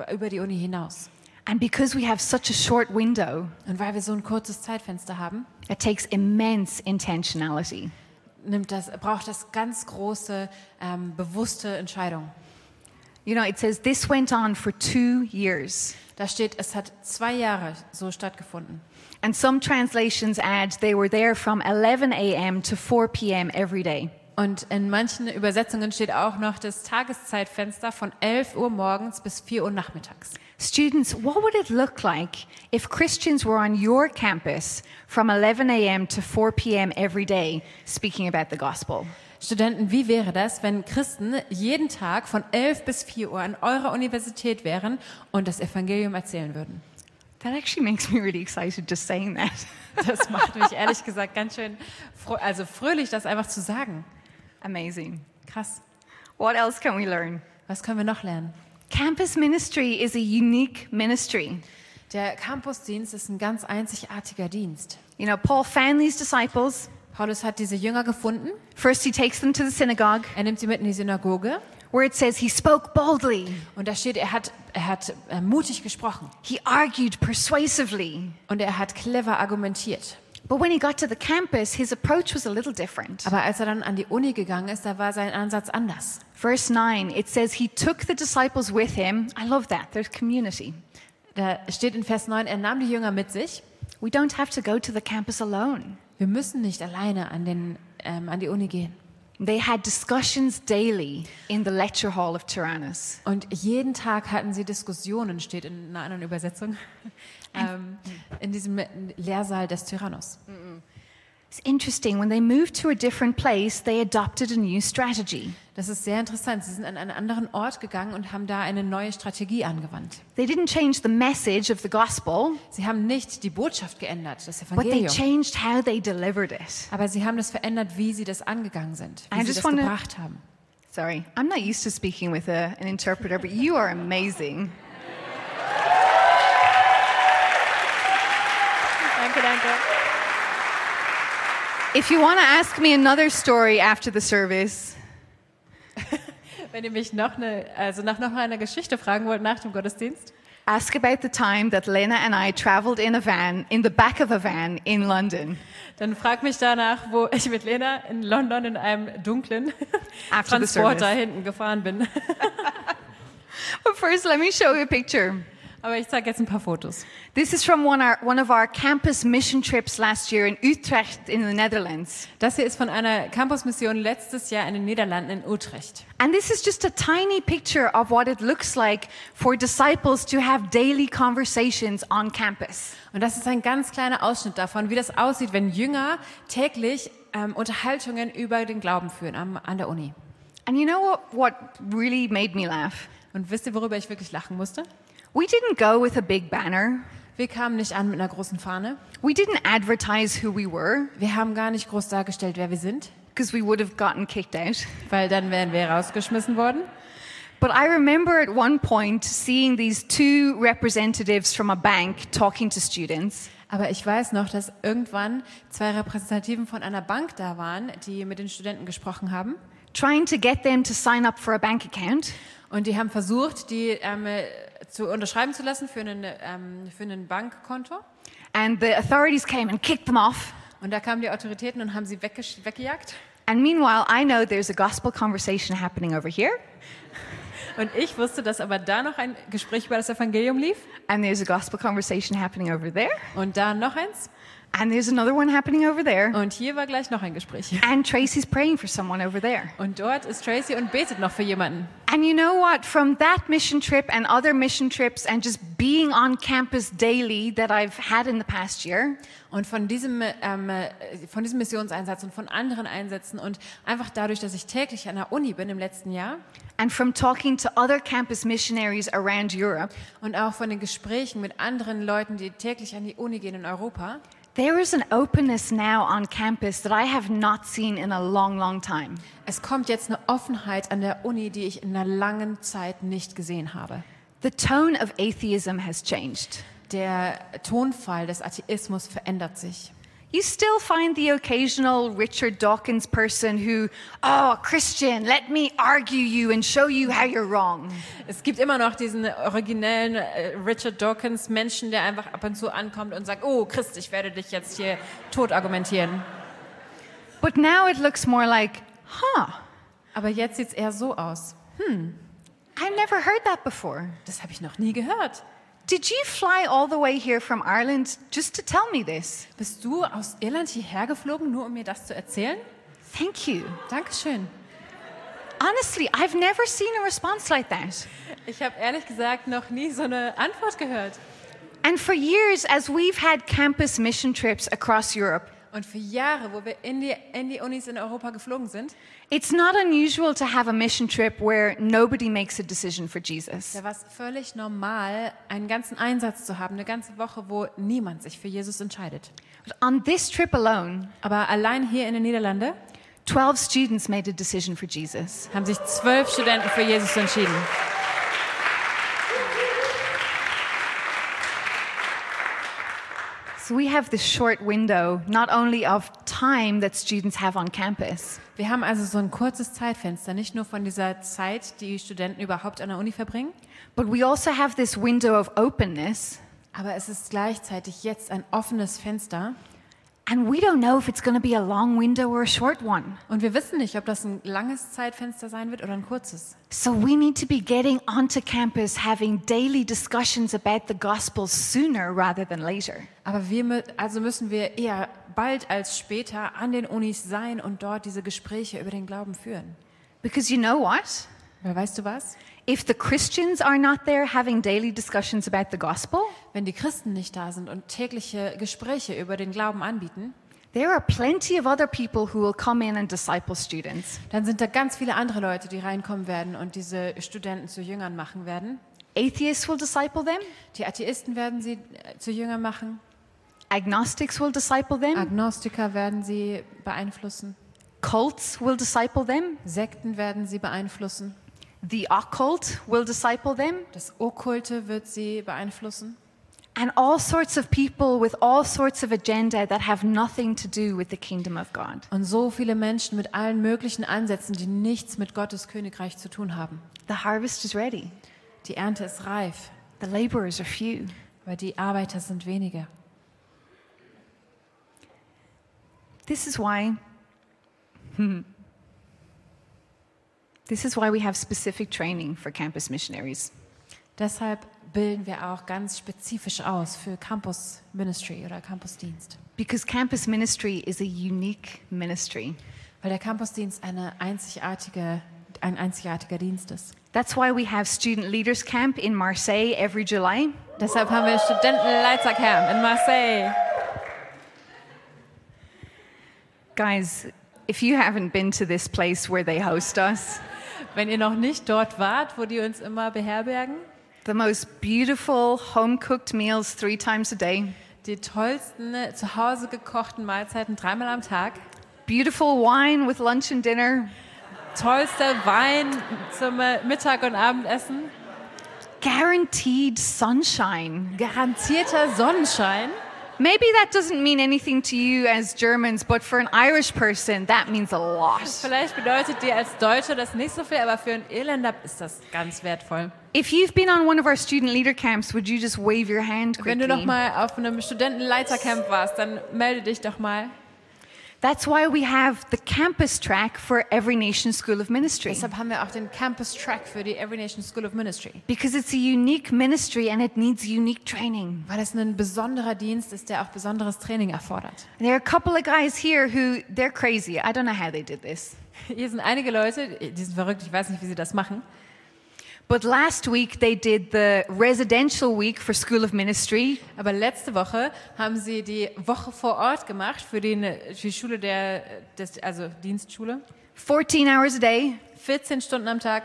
S2: äh, über die Uni hinaus.
S3: And because we have such a short window,
S2: Und weil wir so ein kurzes Zeitfenster haben,
S3: it takes immense intentionality.
S2: nimmt das, braucht das ganz große, ähm, bewusste Entscheidung.
S3: You know, it says this went on for two years.
S2: Da steht, es hat zwei Jahre so stattgefunden.
S3: And some translations add they were there from 11 a.m. to 4 p.m. every day.
S2: Und in manchen Übersetzungen steht auch noch das Tageszeitfenster von 11 Uhr morgens bis 4 Uhr nachmittags.
S3: Students, what would it look like if Christians were on your campus from 11 a.m. to 4 p.m. every day speaking about the gospel?
S2: Studenten, wie wäre das, wenn Christen jeden Tag von 11 bis 4 Uhr an eurer Universität wären und das Evangelium erzählen würden?
S3: That actually makes me really excited just saying that.
S2: Das macht mich ehrlich gesagt ganz schön fro also fröhlich, das einfach zu sagen.
S3: Amazing.
S2: Krass.
S3: What else can we learn?
S2: Was können wir noch lernen?
S3: Campus ministry is a unique ministry.
S2: Der Campusdienst ist ein ganz einzigartiger Dienst.
S3: You know, Paul found these disciples.
S2: Paulus hat diese Jünger gefunden.
S3: First, he takes them to the synagogue
S2: Er nimmt sie mit in die Synagoge
S3: where it says he spoke boldly,
S2: und da steht, er hat, er hat äh, mutig gesprochen
S3: he argued persuasively.
S2: und er hat clever argumentiert.
S3: But when he got to the campus, his approach was a little different.
S2: Aber als er dann an die Uni gegangen ist, da war sein Ansatz anders.
S3: Verse 9, it says, He took the disciples with him. I love that. There's community.
S2: Da steht in Vers 9, er nahm die Jünger mit sich.
S3: We don't have to go to the campus alone.
S2: Wir müssen nicht alleine an, den, ähm, an die Uni gehen.
S3: They had discussions daily in the lecture hall of Tyrannus.
S2: Und jeden Tag hatten sie Diskussionen, steht in einer anderen Übersetzung, ähm, in diesem Lehrsaal des Tyrannos.
S3: It's interesting, when they moved to a different place, they adopted a new strategy.
S2: Das ist sehr interessant. Sie sind an einen anderen Ort gegangen und haben da eine neue Strategie angewandt.
S3: They didn't change the message of the gospel,
S2: Sie haben nicht die Botschaft geändert, das
S3: but they
S2: Evangelium,
S3: changed how they delivered it.
S2: aber sie haben das verändert, wie sie das angegangen sind,
S3: I
S2: wie sie
S3: just
S2: das
S3: wanna-
S2: gebracht haben.
S3: Sorry, I'm not used to speaking with a, an interpreter, but you are amazing.
S2: Danke, danke.
S3: If you want to ask me another story after the service,
S2: Wenn ihr mich noch eine, also nach noch einer Geschichte fragen wollt nach dem Gottesdienst,
S3: ask about the time that Lena and I traveled in a van, in the back of a van in London.
S2: dann fragt mich danach, wo ich mit Lena in London in einem dunklen
S3: After the
S2: Transporter
S3: service.
S2: hinten gefahren bin.
S3: But first, let me show you a picture.
S2: Aber ich zeige jetzt ein paar Fotos.
S3: This is from one, our, one of our campus mission trips last year in Utrecht in the Netherlands.
S2: Das hier ist von einer Campusmission letztes Jahr in den Niederlanden in Utrecht.
S3: And this is just a tiny picture of what it looks like for disciples to have daily conversations on campus.
S2: Und das ist ein ganz kleiner Ausschnitt davon, wie das aussieht, wenn Jünger täglich ähm, Unterhaltungen über den Glauben führen am, an der Uni.
S3: And you know what, what really made me laugh?
S2: Und wisst ihr, worüber ich wirklich lachen musste?
S3: We didn't go with a big banner.
S2: Wir kamen nicht an mit einer großen Fahne.
S3: We didn't advertise who we were
S2: Wir haben gar nicht groß dargestellt, wer wir sind,
S3: because we would have gotten kicked out.
S2: weil dann wären wir rausgeschmissen worden.
S3: But I remember at one point seeing these two representatives from a bank talking to students.
S2: Aber ich weiß noch, dass irgendwann zwei Repräsentativen von einer Bank da waren, die mit den Studenten gesprochen haben.
S3: trying to get them to sign up for a bank account.
S2: Und die haben versucht, die ähm, äh, zu unterschreiben zu lassen für einen, ähm, für einen Bankkonto.
S3: And the authorities came and kicked them off.
S2: Und da kamen die Autoritäten und haben sie weggesch- weggejagt.
S3: And meanwhile, I know there's a gospel conversation happening over here,
S2: Und ich wusste, dass aber da noch ein Gespräch über das Evangelium lief
S3: and there's a gospel conversation happening over there,
S2: und da noch eins
S3: and there's another one happening over there,
S2: und hier war gleich noch ein Gespräch.
S3: and Tracy's praying for someone over there.
S2: Und dort ist Tracy und betet noch für jemanden.
S3: And you know what? From that mission trip and other mission trips, and just being on campus daily that I've had in the past year,
S2: Und von diesem, ähm, äh, von diesem Missionseinsatz und von anderen Einsätzen und einfach dadurch, dass ich täglich an der Uni bin im letzten Jahr
S3: and from talking to other campus missionaries around Europe,
S2: und auch von den Gesprächen mit anderen Leuten, die täglich an die Uni gehen in Europa,
S3: There is an openness now on campus that I have not seen in a long, long time.
S2: es kommt jetzt eine Offenheit an der Uni, die ich in einer langen Zeit nicht gesehen habe.
S3: The tone of atheism has changed.
S2: Der Tonfall des Atheismus verändert sich.
S3: You still find the occasional Richard Dawkins person who, oh, Christian, let me argue you and show you how you're wrong.
S2: Es gibt immer noch diesen originellen äh, Richard Dawkins Menschen, der einfach ab und zu ankommt und sagt, oh Christ, ich werde dich jetzt hier tot argumentieren.
S3: But now it looks more like, huh,
S2: Aber jetzt sieht's eher so aus.
S3: I've never heard that before.
S2: Das habe ich noch nie gehört.
S3: Did you fly all the way here from Ireland just to tell me this?
S2: Bist du aus Irland hierher geflogen, nur um mir das zu erzählen?
S3: Thank you.
S2: Dankeschön.
S3: Honestly, I've never seen a response like that.
S2: Ich habe ehrlich gesagt noch nie so eine Antwort gehört.
S3: And for years, as we've had campus mission trips across Europe,
S2: Und für Jahre, wo wir in die, in die Unis in Europa geflogen sind,
S3: it's not unusual to have a mission trip where nobody makes a decision for Jesus.
S2: da war es völlig normal, einen ganzen Einsatz zu haben, eine ganze Woche, wo niemand sich für Jesus entscheidet.
S3: But on this trip alone,
S2: Aber allein hier in den Niederlanden
S3: 12 students made a decision for Jesus.
S2: haben sich zwölf Studenten für Jesus entschieden.
S3: So we have this short window, not only of time that students have on campus,
S2: Wir haben also so ein kurzes Zeitfenster, nicht nur von dieser Zeit, die Studenten überhaupt an der Uni verbringen,
S3: but we also have this window of openness,
S2: aber es ist gleichzeitig jetzt ein offenes Fenster
S3: and we don't know if it's going to be a long window or a short one.
S2: und wir wissen nicht, ob das ein langes Zeitfenster sein wird oder ein kurzes.
S3: So we need to be getting onto campus, having daily discussions about the gospel sooner rather than later.
S2: Aber wir, mü- also müssen wir eher bald als später an den Unis sein und dort diese Gespräche über den Glauben führen.
S3: Because you know what?
S2: Weil weißt du was?
S3: If the Christians are not there having daily discussions about the gospel,
S2: Wenn die Christen nicht da sind und tägliche Gespräche über den Glauben anbieten,
S3: There are plenty of other people who will come in and disciple students.
S2: Dann sind da ganz viele andere Leute, die reinkommen werden und diese Studenten zu Jüngern machen werden.
S3: Atheists will disciple them,
S2: Die Atheisten werden sie äh, zu Jüngern machen.
S3: agnostics will disciple them,
S2: Agnostiker werden sie beeinflussen.
S3: cults will disciple them,
S2: Sekten werden sie beeinflussen.
S3: the occult will disciple them,
S2: Das Okkulte wird sie beeinflussen.
S3: and all sorts of people with all sorts of agenda that have nothing to do with the kingdom of God.
S2: Und so viele Menschen mit allen möglichen Ansätzen, die nichts mit Gottes Königreich zu tun haben.
S3: The harvest is ready.
S2: Die Ernte ist reif,
S3: The laborers are few.
S2: aber die Arbeiter sind weniger.
S3: This is why This is why we have specific training for campus missionaries.
S2: Deshalb bilden wir auch ganz spezifisch aus für Campus Ministry oder Campusdienst,
S3: Because campus ministry is a unique ministry.
S2: weil der Campusdienst eine einzigartige, ein einzigartiger Dienst ist.
S3: That's why we have Student Leaders Camp in Marseille every July.
S2: Deshalb haben wir Studentenleitercamp in Marseille.
S3: Guys, if you haven't been to this place where they host us,
S2: Wenn ihr noch nicht dort wart, wo die uns immer beherbergen,
S3: the most beautiful home cooked meals three times a day,
S2: die tollsten äh, zu Hause gekochten Mahlzeiten dreimal am Tag,
S3: beautiful wine with lunch and dinner,
S2: tollster Wein zum äh, Mittag- und Abendessen,
S3: guaranteed sunshine.
S2: garantierter Sonnenschein.
S3: Maybe that doesn't mean anything to you as Germans, but for an Irish person, that means a lot.
S2: Vielleicht bedeutet dir als Deutsche das nicht so viel, aber für einen Irländer ist das ganz wertvoll.
S3: If you've been on one of our student leader camps, would you just wave your hand
S2: Wenn du noch
S3: quickly?
S2: mal auf einem Studentenleitercamp warst, dann melde dich doch mal.
S3: That's why we have the campus track for Every Nation School of Ministry.
S2: Deshalb haben wir auch den Campus Track für die Every Nation School of Ministry,
S3: Because it's a unique ministry and it needs unique training.
S2: weil es ein besonderer Dienst ist, der auch besonderes Training erfordert.
S3: There are a couple of guys here who they're crazy. I don't know how they did this.
S2: Hier sind einige Leute, die sind verrückt, ich weiß nicht, wie sie das machen.
S3: But last week they did the residential week for School of Ministry
S2: Aber letzte Woche haben sie die Woche vor Ort gemacht für, den, für die Schule der, des, also Dienstschule.
S3: 14 hours a day.
S2: 14 Stunden am Tag.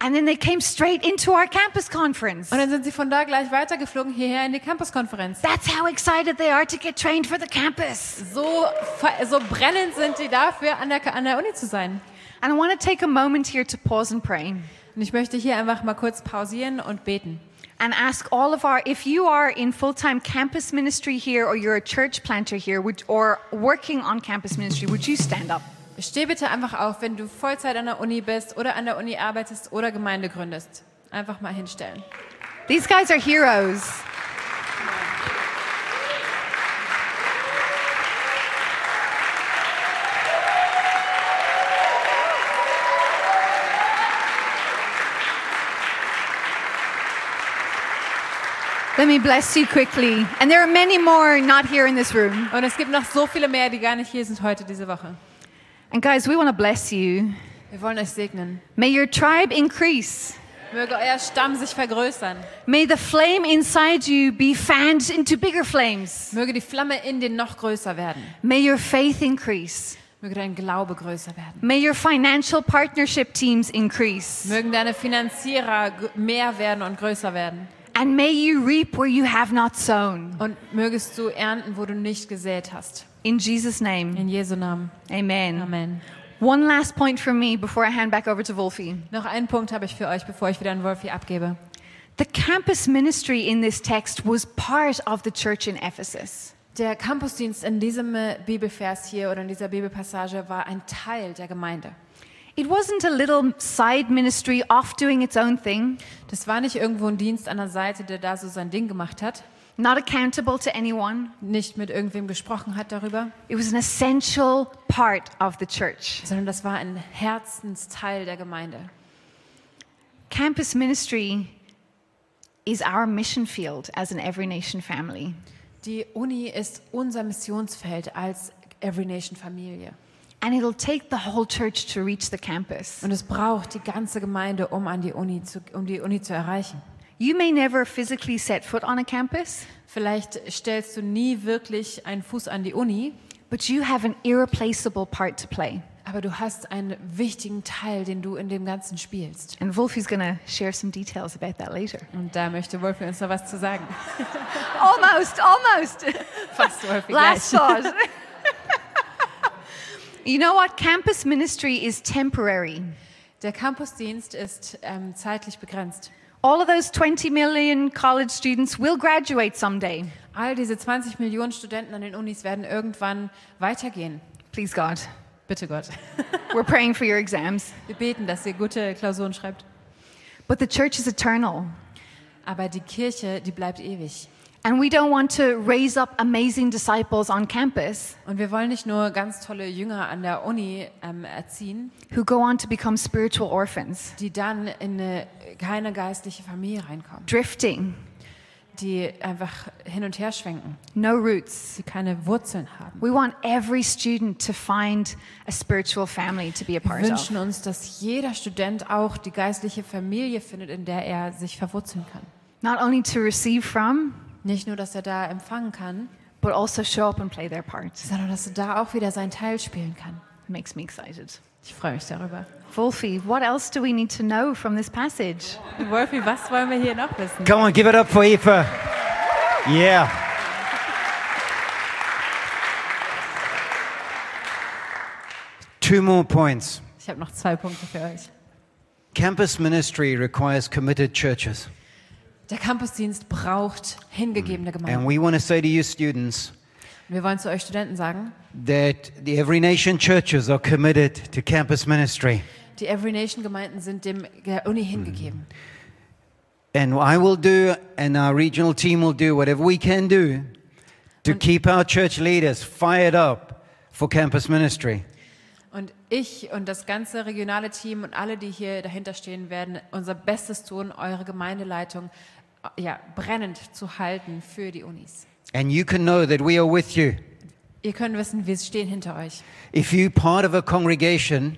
S3: And then they came straight into our campus conference.
S2: Und dann sind sie von da gleich weitergeflogen hierher in die Campuskonferenz.
S3: That's how excited they are to get trained for the campus.
S2: So, fe- so brennend sind die dafür, an der, an der Uni zu sein.
S3: And I want to take a moment here to pause and pray
S2: Und ich möchte hier einfach mal kurz pausieren und beten.
S3: and ask all of our, if you are in full time campus ministry here or you're a church planter here would, or working on campus ministry, would you stand up?
S2: Steh bitte einfach auf, wenn du Vollzeit an der Uni bist oder an der Uni arbeitest oder Gemeinde gründest. Einfach mal hinstellen.
S3: These guys are heroes. Let me bless you quickly. And there are many more not here in this room.
S2: Und es gibt noch so viele mehr, die gar nicht hier sind heute diese Woche.
S3: And guys, we want to bless you.
S2: Wir wollen euch segnen.
S3: May your tribe increase.
S2: Möge euer Stamm sich vergrößern.
S3: May the flame inside you be fanned into bigger flames.
S2: Möge die Flamme in dir noch größer werden.
S3: May your faith increase.
S2: Möge dein Glaube größer werden.
S3: May your financial partnership teams increase.
S2: Mögen deine Finanzierer g- mehr werden und größer werden.
S3: And may you reap where you have not sown.
S2: Und mögest du ernten, wo du nicht gesät hast.
S3: In Jesus' name,
S2: In Jesu Namen.
S3: amen.
S2: Amen.
S3: One last point from me before I hand back over to Wolfie.
S2: Noch einen Punkt habe ich für euch, bevor ich wieder an Wolfie abgebe.
S3: The campus ministry in this text was part of the church in Ephesus.
S2: Der Campusdienst in diesem äh, Bibelvers hier oder in dieser Bibelpassage war ein Teil der Gemeinde.
S3: It wasn't a little side ministry off doing its own thing,
S2: Das war nicht irgendwo ein Dienst an der Seite, der da so sein Ding gemacht hat,
S3: not accountable to anyone.
S2: nicht mit irgendwem gesprochen hat darüber,
S3: It was an essential part of the church.
S2: sondern das war ein Herzensteil der Gemeinde.
S3: Campus ministry is our mission field as an Every Nation family.
S2: Die Uni ist unser Missionsfeld als Every Nation Familie.
S3: And it'll take the whole church to reach the campus.
S2: Und es braucht die ganze Gemeinde, um, an die Uni zu, um die Uni zu erreichen.
S3: You may never physically set foot on a campus,
S2: Vielleicht stellst du nie wirklich einen Fuß an die Uni,
S3: But you have an irreplaceable part to play.
S2: Aber du hast einen wichtigen Teil, den du in dem Ganzen spielst.
S3: And Wolfie's going to share some details about that later.
S2: Und da möchte Wolfie uns noch was zu sagen.
S3: almost, almost.
S2: Fast Wolfie
S3: Last
S2: gleich.
S3: thought. you know what? Campus ministry is temporary.
S2: Der Campusdienst ist ähm, zeitlich begrenzt.
S3: All of those 20 million college students will graduate someday.
S2: All diese 20 Millionen Studenten an den Unis werden irgendwann weitergehen.
S3: Please, God.
S2: Bitte Gott.
S3: We're praying for your exams.
S2: Wir beten, dass ihr gute Klausuren schreibt.
S3: But the church is eternal.
S2: Aber die Kirche, die bleibt ewig.
S3: And we don't want to raise up amazing disciples on campus
S2: Und wir wollen nicht nur ganz tolle Jünger an der Uni ähm, erziehen,
S3: who go on to become spiritual orphans,
S2: die dann in eine, keine geistliche Familie reinkommen,
S3: drifting,
S2: die einfach hin und her schwenken,
S3: no roots.
S2: die keine Wurzeln haben.
S3: We want every student to find a spiritual family to be
S2: Wir
S3: a part of.
S2: wünschen uns, dass jeder Student auch die geistliche Familie findet, in der er sich verwurzeln kann.
S3: Not only to receive from,
S2: Nicht nur, dass er da empfangen kann,
S3: but also show up and play their part.
S2: sondern dass er da auch wieder seinen Teil spielen kann.
S3: makes me excited.
S2: Ich freue mich darüber.
S3: Wolfie, what else do we need to know from this passage?
S2: Wolfie, was wollen wir hier noch wissen?
S1: Come on, give it up for Aoife. Yeah. Two more points.
S2: Ich habe noch zwei Punkte für euch.
S1: Campus ministry requires committed churches.
S2: Der Campusdienst braucht hingegebene
S1: And
S2: Gemeinden.
S1: we want to say to you, students,
S2: Wir wollen zu euch Studenten sagen,
S1: that the Every Nation churches are committed to campus ministry.
S2: die Every Nation Gemeinden sind dem der Uni hingegeben.
S1: And I will do, and our regional team will do whatever we can do to keep our church leaders fired up for campus ministry.
S2: Und ich und das ganze regionale Team und alle, die hier dahinter stehen, werden unser Bestes tun, eure Gemeindeleitung äh, ja, brennend zu halten für die Unis.
S1: And you can know that we are with you.
S2: Ihr könnt wissen, wir stehen hinter euch.
S1: If you're part of a congregation,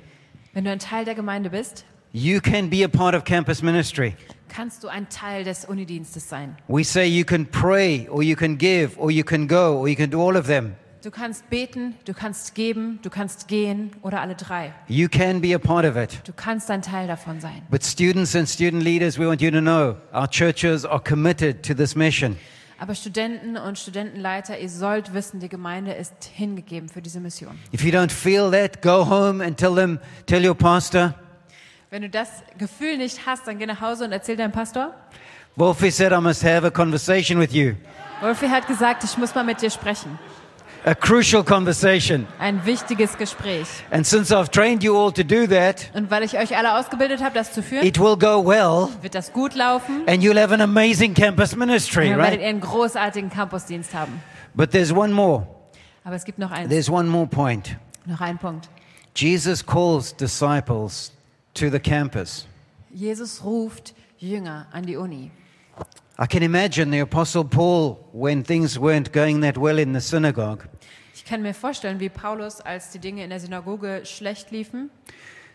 S2: Wenn du ein Teil der Gemeinde bist,
S1: you can be a part of campus ministry.
S2: kannst du ein Teil des Unidienstes sein.
S1: We say you can pray, or you can give, or you can go, or you can do all of them.
S2: Du kannst beten, du kannst geben, du kannst gehen oder alle drei.
S1: You can be a part of it.
S2: Du kannst ein Teil davon sein.
S1: But students and student leaders, we want you to know our churches are committed to this mission.
S2: Aber Studenten und Studentenleiter, ihr sollt wissen, die Gemeinde ist hingegeben für diese Mission.
S1: If you don't feel that, go home and tell them, tell your pastor.
S2: Wenn du das Gefühl nicht hast, dann geh nach Hause und erzähl deinem Pastor.
S1: Wolfie said, I must have a conversation with you,
S2: Wolfie hat gesagt, ich muss mal mit dir sprechen.
S1: a crucial conversation.
S2: Ein wichtiges Gespräch.
S1: And since I've trained you all to do that,
S2: Und weil ich euch alle ausgebildet habe, das zu führen,
S1: it will go well,
S2: wird das gut laufen.
S1: and you'll have an amazing campus ministry,
S2: Dann werdet ihr
S1: right?
S2: einen großartigen Campusdienst haben.
S1: But there's one more.
S2: Aber es gibt noch eins,
S1: There's one more point.
S2: noch einen Punkt.
S1: Jesus calls disciples to the campus.
S2: Jesus ruft Jünger an die Uni.
S1: I can imagine the Apostle Paul when things weren't going that well in the synagogue,
S2: Ich kann mir vorstellen, wie Paulus, als die Dinge in der Synagoge schlecht liefen,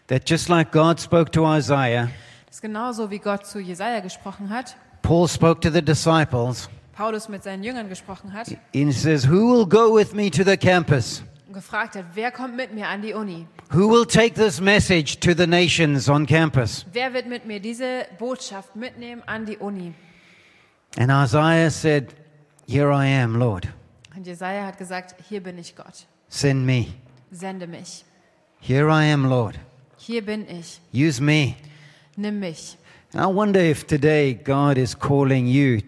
S1: that just like God spoke to Isaiah,
S2: das ist genauso wie Gott zu Jesaja gesprochen hat,
S1: Paul spoke to the disciples
S2: Paulus mit seinen Jüngern gesprochen hat
S1: and he says, Who will go with me to the campus?
S2: und gefragt hat, wer kommt mit mir an die Uni?
S1: Who will take this message to the nations on campus?
S2: Wer wird mit mir diese Botschaft mitnehmen an die Uni?
S1: And Isaiah said, Here I am, Lord,
S2: Und Jesaja hat gesagt, hier bin ich Gott,
S1: send me.
S2: sende mich.
S1: Here I am, Lord,
S2: Hier bin ich,
S1: use me.
S2: nimm mich.
S1: And I wonder if today God is calling you,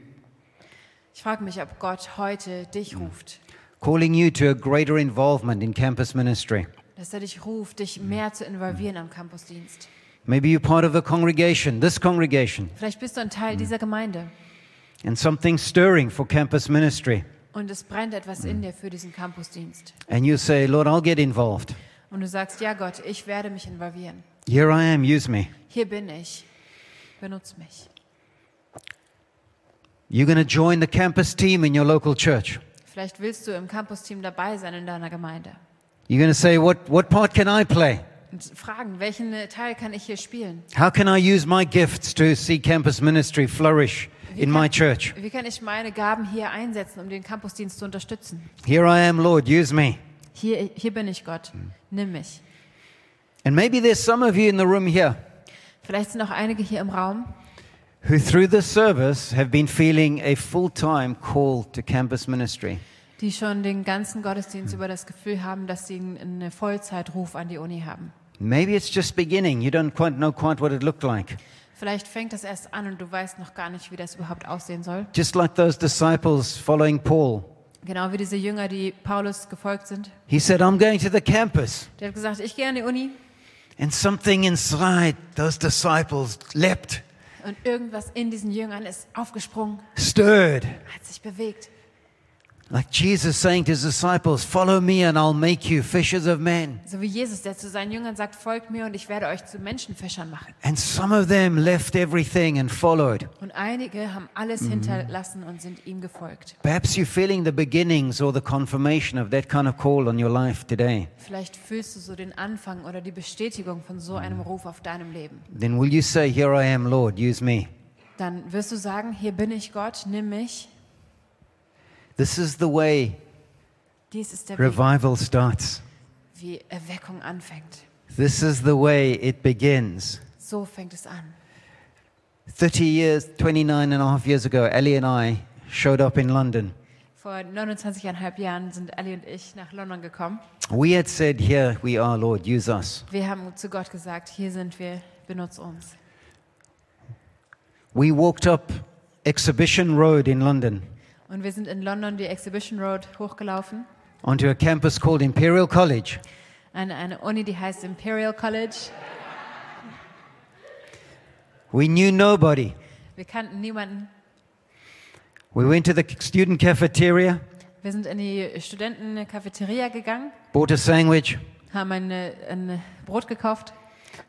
S2: Ich frage mich, ob Gott heute dich ruft,
S1: calling you to a greater involvement in campus ministry.
S2: dass er dich ruft, dich mehr zu involvieren am Campusdienst.
S1: Maybe you're part of a congregation, this congregation,
S2: Vielleicht bist du ein Teil dieser Gemeinde
S1: and something's stirring for campus ministry.
S2: und es brennt etwas in dir für diesen Campusdienst.
S1: And you say, Lord, I'll get involved.
S2: Und du sagst, ja Gott, ich werde mich involvieren.
S1: Here I am, use me.
S2: Hier bin ich, benutz mich.
S1: You're going to join the campus team in your local church.
S2: Vielleicht willst du im Campusteam dabei sein in deiner Gemeinde
S1: You're going to say, what, what part can I play?
S2: und fragen, welchen Teil kann ich hier spielen?
S1: How can I use my gifts to see campus ministry flourish in my church?
S2: Wie kann ich meine Gaben hier einsetzen, um den Campusdienst zu unterstützen?
S1: Here I am, Lord, use me.
S2: Hier, hier bin ich Gott, nimm mich.
S1: And maybe there's some of you in the room here
S2: Vielleicht sind auch einige hier im Raum,
S1: who, through this service, have been feeling a full time call to campus ministry.
S2: die schon den ganzen Gottesdienst über das Gefühl haben, dass sie einen Vollzeitruf an die Uni haben.
S1: Maybe it's just beginning. You don't quite know quite what it looked like.
S2: Vielleicht fängt das erst an und du weißt noch gar nicht, wie das überhaupt aussehen soll.
S1: Just like those disciples following Paul.
S2: Genau wie diese Jünger, die Paulus gefolgt sind.
S1: He said, I'm going to the campus.
S2: Der hat gesagt, ich gehe an die Uni
S1: And something inside those disciples leapt,
S2: und irgendwas in diesen Jüngern ist aufgesprungen,
S1: stirred.
S2: hat sich bewegt.
S1: Like Jesus saying to his disciples, Follow me and I'll make you fishers of men.
S2: So wie Jesus, der zu seinen Jüngern sagt, folgt mir und ich werde euch zu Menschenfischern machen.
S1: And some of them left everything and followed.
S2: Und einige haben alles hinterlassen und sind ihm gefolgt.
S1: Perhaps you're feeling the beginnings or the confirmation of that kind of call on your life today.
S2: Vielleicht fühlst du so den Anfang oder die Bestätigung von so einem Ruf auf deinem Leben.
S1: Then will you say, Here I am, Lord, use me?
S2: Dann wirst du sagen, hier bin ich Gott, nimm mich.
S1: This is the way
S2: Dies ist der Weg,
S1: revival starts.
S2: wie Erweckung anfängt.
S1: This is the way it begins.
S2: So fängt es an.
S1: 30 years, 29 and a half years ago, Ellie and I showed up in London.
S2: Vor 29,5 Jahren sind Ali und ich nach London gekommen.
S1: We had said, Here we are, Lord, use us.
S2: Wir haben zu Gott gesagt, hier sind wir, benutz uns.
S1: We walked up Exhibition Road in London
S2: Und wir sind in London die Exhibition Road hochgelaufen,
S1: onto a campus called Imperial College.
S2: an eine Uni, die heißt Imperial College.
S1: We knew nobody.
S2: Wir kannten niemanden.
S1: We went to the student cafeteria,
S2: Wir sind in die Studentencafeteria gegangen,
S1: bought a sandwich,
S2: haben ein, äh, ein Brot gekauft,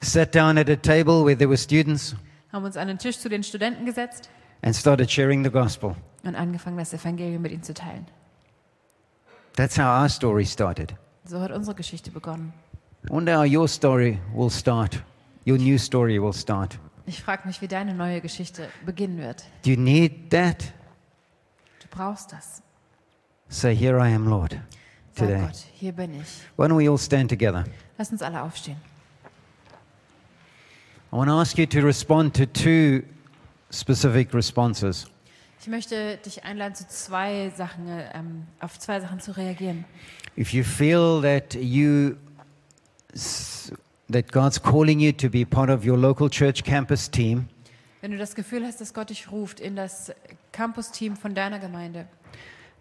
S1: sat down at a table where there were students,
S2: haben uns an den Tisch zu den Studenten gesetzt
S1: and started sharing the gospel.
S2: und angefangen, das Evangelium mit ihnen zu teilen.
S1: That's how our story started.
S2: So hat unsere Geschichte begonnen.
S1: I wonder how your story will start. Your new story will start.
S2: Ich frage mich, wie deine neue Geschichte beginnen wird.
S1: Do you need that?
S2: Du brauchst das.
S1: Say, Here I am, Lord,
S2: Sag
S1: today.
S2: Gott, hier bin ich.
S1: Why don't we all stand together?
S2: Lass uns alle aufstehen.
S1: I want to ask you to respond to two specific responses.
S2: Ich möchte dich einladen, zu zwei Sachen, äh, ähm, auf zwei Sachen zu reagieren.
S1: If you feel that you s- that God's calling you to be part of your local church campus team,
S2: Wenn du das Gefühl hast, dass Gott dich ruft in das Campus-Team von deiner Gemeinde,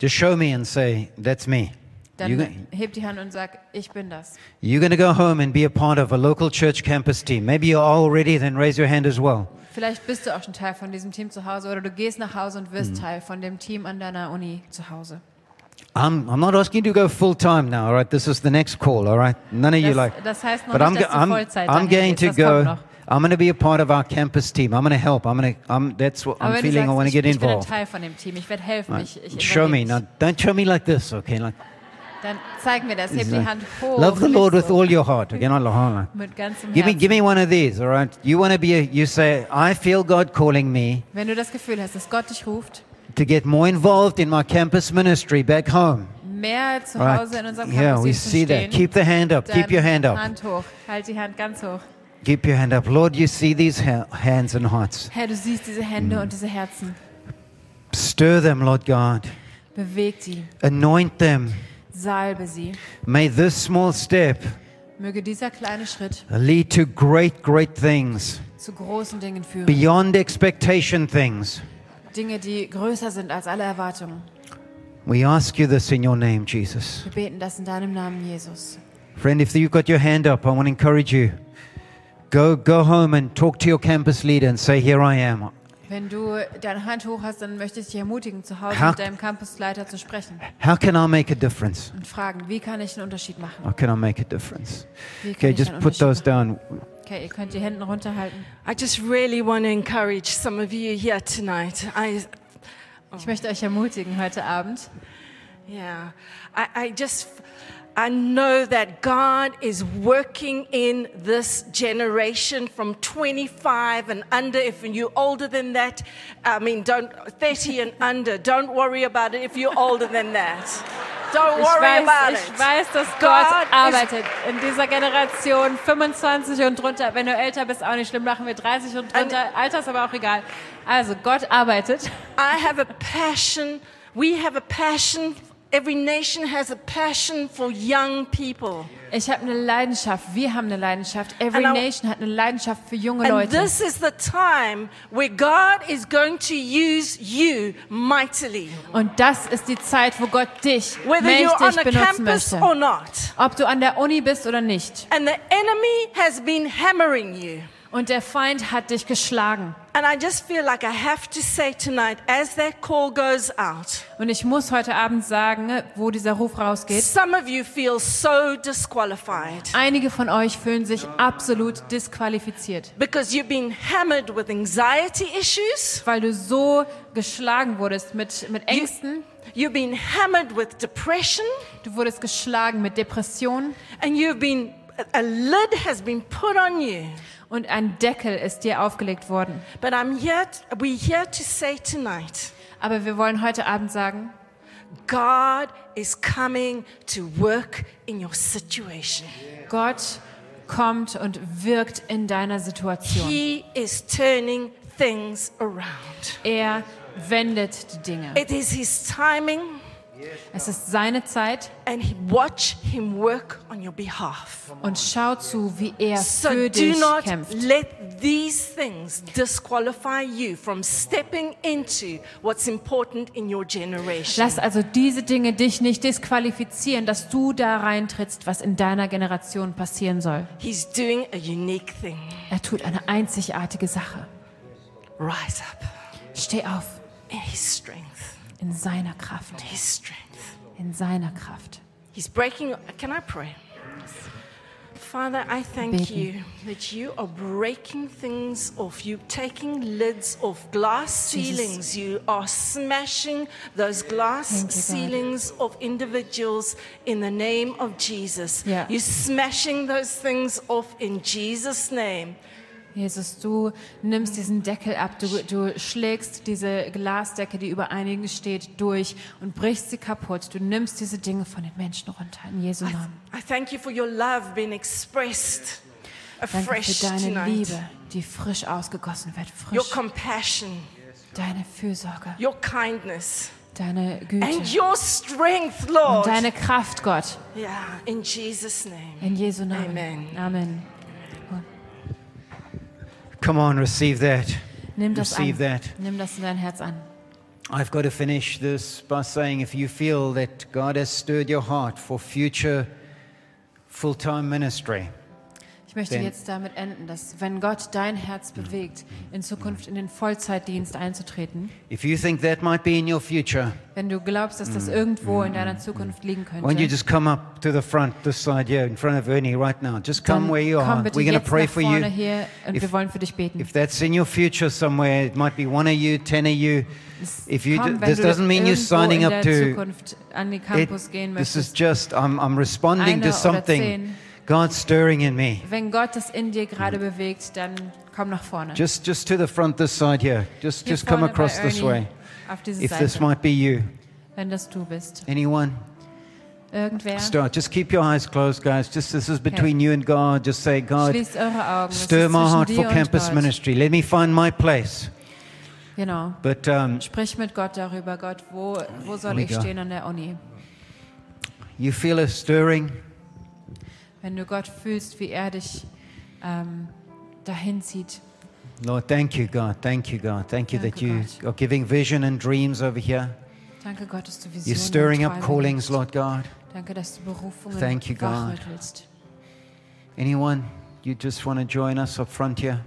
S1: just show me and say, "That's me."
S2: dann
S1: You're go-
S2: heb die Hand und sag, ich bin das.
S1: You're going to go home and be a part of a local church campus team. Maybe you're already, then raise your hand as well.
S2: Vielleicht bist du auch schon Teil von diesem Team zu Hause oder du gehst nach Hause und
S1: Mhm.
S2: wirst Teil von dem Team an deiner Uni zu Hause.
S1: I'm, I'm not asking you to go full time now, all right? This is the next call, all right? None of you
S2: Das,
S1: like.
S2: das heißt noch
S1: But I'm,
S2: nicht,
S1: go-
S2: dass du
S1: I'm,
S2: Vollzeit
S1: I'm
S2: dahin
S1: going
S2: gehst.
S1: to
S2: das kommt
S1: go.
S2: noch.
S1: I'm going to be a part of our campus team. I'm going to help. I'm going to. I'm, that's what I'm
S2: Aber wenn
S1: feeling. I
S2: du
S1: want to
S2: sagst,
S1: get
S2: ich bin ein
S1: involved.
S2: Teil von dem Team, ich werde helfen, ich, ich
S1: Show me.
S2: involviere
S1: Now, don't show me like this, okay? Like,
S2: mich. Dann zeig mir das, heb
S1: it's
S2: die
S1: like,
S2: Hand hoch.
S1: love the
S2: Oh, nicht
S1: Lord with
S2: so.
S1: all your heart. Okay, not la- hold on.
S2: Mit ganzem
S1: Give me,
S2: Herzen.
S1: give me one of these, all right? You want to be. A, you say, I feel God calling me
S2: Wenn du das Gefühl hast, dass Gott dich ruft,
S1: to get more involved in my campus ministry back home.
S2: mehr zu
S1: All right.
S2: Hause in unserem
S1: Yeah, we
S2: Campus zu
S1: see that.
S2: stehen,
S1: Keep the hand up.
S2: dann
S1: Keep your hand up.
S2: Hand hoch, halt die Hand ganz hoch.
S1: Keep your hand up. Lord, you see these ha- hands and hearts.
S2: Herr, du siehst diese
S1: Mm.
S2: Hände und diese Herzen.
S1: Stir them, Lord God.
S2: Beweg die,
S1: Anoint them.
S2: salbe sie.
S1: May this small step
S2: Möge dieser kleine Schritt
S1: lead to great, great things,
S2: zu großen Dingen führen.
S1: beyond expectation things.
S2: Dinge, die größer sind als alle Erwartungen.
S1: We ask you this in your name, Jesus.
S2: Wir beten das in deinem Namen, Jesus.
S1: Friend, if you've got your hand up, I want to encourage you. Go, go home and talk to your campus leader and say, Here I am.
S2: Wenn du deine Hand hoch hast, dann möchte ich dich ermutigen, zu Hause
S1: Ha-
S2: mit deinem Campusleiter zu sprechen
S1: How can I make a difference?
S2: und fragen, wie kann ich einen Unterschied machen?
S1: How can I make a difference?
S2: Wie kann
S1: Okay,
S2: ich
S1: just
S2: einen
S1: put those
S2: Unterschied machen?
S1: down.
S2: Okay, ihr könnt die Hände runterhalten.
S4: I just really want to encourage some of you here tonight. I,
S2: Ich möchte euch ermutigen heute Abend.
S4: yeah, I, I just, I know that God is working in this generation from 25 and under. If you're older than that, I mean, don't 30 and under. Don't worry about it if you're older than that. Don't
S2: Ich
S4: worry
S2: weiß,
S4: about
S2: ich
S4: it.
S2: weiß, dass
S4: God
S2: Gott
S4: is-
S2: arbeitet in dieser Generation 25 und drunter. Wenn du älter bist, auch nicht schlimm, machen wir 30 und drunter. Alter ist aber auch egal. Also Gott arbeitet.
S4: I have a passion. We have a passion. Every nation has a passion for young people.
S2: Ich habe eine Leidenschaft. Wir haben eine Leidenschaft. Every
S4: And I-
S2: Nation hat eine Leidenschaft für junge
S4: And
S2: Leute.
S4: this is the time where God is going to use you mightily,
S2: Und das ist die Zeit, wo Gott dich
S4: whether you're on
S2: mächtig
S4: a
S2: benutzen
S4: campus
S2: möchte.
S4: or not.
S2: Ob du an der Uni bist oder nicht.
S4: And the enemy has been hammering you.
S2: Und der Feind hat dich geschlagen.
S4: And I just feel like I have to say tonight, as that call goes out,
S2: Und ich muss heute Abend sagen, wo dieser Ruf rausgeht.
S4: some of you feel so disqualified
S2: Einige von euch fühlen sich absolut disqualifiziert,
S4: because you've been hammered with anxiety issues,
S2: weil du so geschlagen wurdest mit, mit Ängsten,
S4: you've been hammered with depression,
S2: du wurdest geschlagen mit Depressionen
S4: and you've been a lid has been put on you.
S2: und ein Deckel ist dir aufgelegt worden.
S4: But I'm here, t- we're here to say tonight,
S2: Aber wir wollen heute Abend sagen,
S4: God is coming to work in your situation.
S2: Gott kommt und wirkt in deiner Situation.
S4: He is turning things around.
S2: Er wendet die Dinge.
S4: It is His timing,
S2: Es ist seine Zeit
S4: and he, watch Him work on your behalf.
S2: und schau zu, wie er
S4: So
S2: für
S4: do
S2: dich
S4: not
S2: kämpft.
S4: let these things disqualify you from stepping into what's important in your generation.
S2: Lass also diese Dinge dich nicht disqualifizieren, dass du da reintrittst, was in deiner Generation passieren soll.
S4: He's doing a unique thing.
S2: Er tut eine einzigartige Sache.
S4: Rise up
S2: Steh auf
S4: in His strength.
S2: in seiner Kraft,
S4: His strength.
S2: in seiner Kraft.
S4: He's breaking. Can I pray? Father, I thank
S2: Beten.
S4: you that you are breaking things off. You're taking lids off glass
S2: Jesus.
S4: ceilings. You are smashing those glass
S2: Thank you, God.
S4: ceilings of individuals in the name of Jesus.
S2: Yeah.
S4: You're smashing those things off in Jesus' name.
S2: Jesus, du nimmst diesen Deckel ab, du, du schlägst diese Glasdecke, die über einigen steht, durch und brichst sie kaputt. Du nimmst diese Dinge von den Menschen runter, in Jesu
S4: I,
S2: Namen.
S4: I thank you for your love being expressed
S2: Danke
S4: afresh
S2: für deine
S4: tonight.
S2: Liebe, die frisch ausgegossen wird,
S4: Your
S2: frisch.
S4: compassion,
S2: Deine Fürsorge,
S4: your kindness.
S2: deine Güte.
S4: And your strength, Lord.
S2: Und deine Kraft, Gott,
S4: yeah, in Jesus' name.
S2: in Jesu Namen.
S4: Amen.
S2: Amen.
S1: Come on, receive that.
S2: Nimm das an.
S1: Receive that.
S2: Nimm das in dein Herz an.
S1: I've got to finish this by saying if you feel that God has stirred your heart for future full time ministry,
S2: Ich möchte
S1: Denn-
S2: jetzt damit enden, dass wenn Gott dein Herz bewegt, in Zukunft in den Vollzeitdienst einzutreten,
S1: if you think that might be in your future,
S2: wenn du glaubst, dass das irgendwo in deiner Zukunft liegen
S1: Mm. Mm-hmm. why don't you
S2: könnte,
S1: just come up to the front, this side here, in front of Ernie right now? Just come
S2: dann
S1: where you
S2: komm
S1: are.
S2: bitte
S1: We're going
S2: jetzt
S1: to pray
S2: nach
S1: for
S2: vorne
S1: you.
S2: hier und
S1: If-
S2: wir wollen für dich beten.
S1: If that's in your future somewhere, it might be one of you, ten of you. If you,
S2: komm,
S1: do,
S2: wenn
S1: this
S2: du
S1: doesn't mean you're
S2: irgendwo
S1: signing
S2: in
S1: up
S2: der
S1: to.
S2: Zukunft an den
S1: It,
S2: Campus gehen
S1: this is
S2: möchtest.
S1: just I'm, I'm responding
S2: Einer oder
S1: to something
S2: zehn.
S1: God's stirring in me.
S2: Wenn Gott das in dir gerade bewegt, dann komm nach vorne.
S1: Just just to the front, this side here. Just
S2: Hier
S1: just come
S2: vorne bei
S1: across this
S2: Ernie,
S1: way.
S2: Auf diese
S1: If this
S2: Seite,
S1: might be you,
S2: wenn das du bist.
S1: anyone,
S2: Irgendwer.
S1: start. Just keep your eyes closed, guys. Just this is between you and God. Just say, God,
S2: Schließt eure Augen. Es
S1: stir
S2: ist
S1: my
S2: zwischen
S1: heart
S2: dir
S1: for
S2: und
S1: campus
S2: Gott.
S1: ministry. Let me find my place.
S2: Genau.
S1: But um,
S2: Sprich mit Gott darüber, Gott, wo, wo soll
S1: Holy
S2: ich
S1: God.
S2: stehen an der Uni?
S1: you feel a stirring.
S2: Wenn du Gott fühlst, wie er dich ähm, dahin zieht.
S1: Lord, thank you, God. Thank you, God. Thank you that
S2: Danke,
S1: you
S2: Gott.
S1: are giving vision and dreams over here.
S2: Danke Gott, dass du Visionen
S1: You're stirring up
S2: und Träume
S1: callings,
S2: gibst.
S1: Lord God.
S2: Danke, dass du Berufungen
S1: Thank you, God.
S2: wachrüttelst.
S1: Anyone, you just want to join us up front here?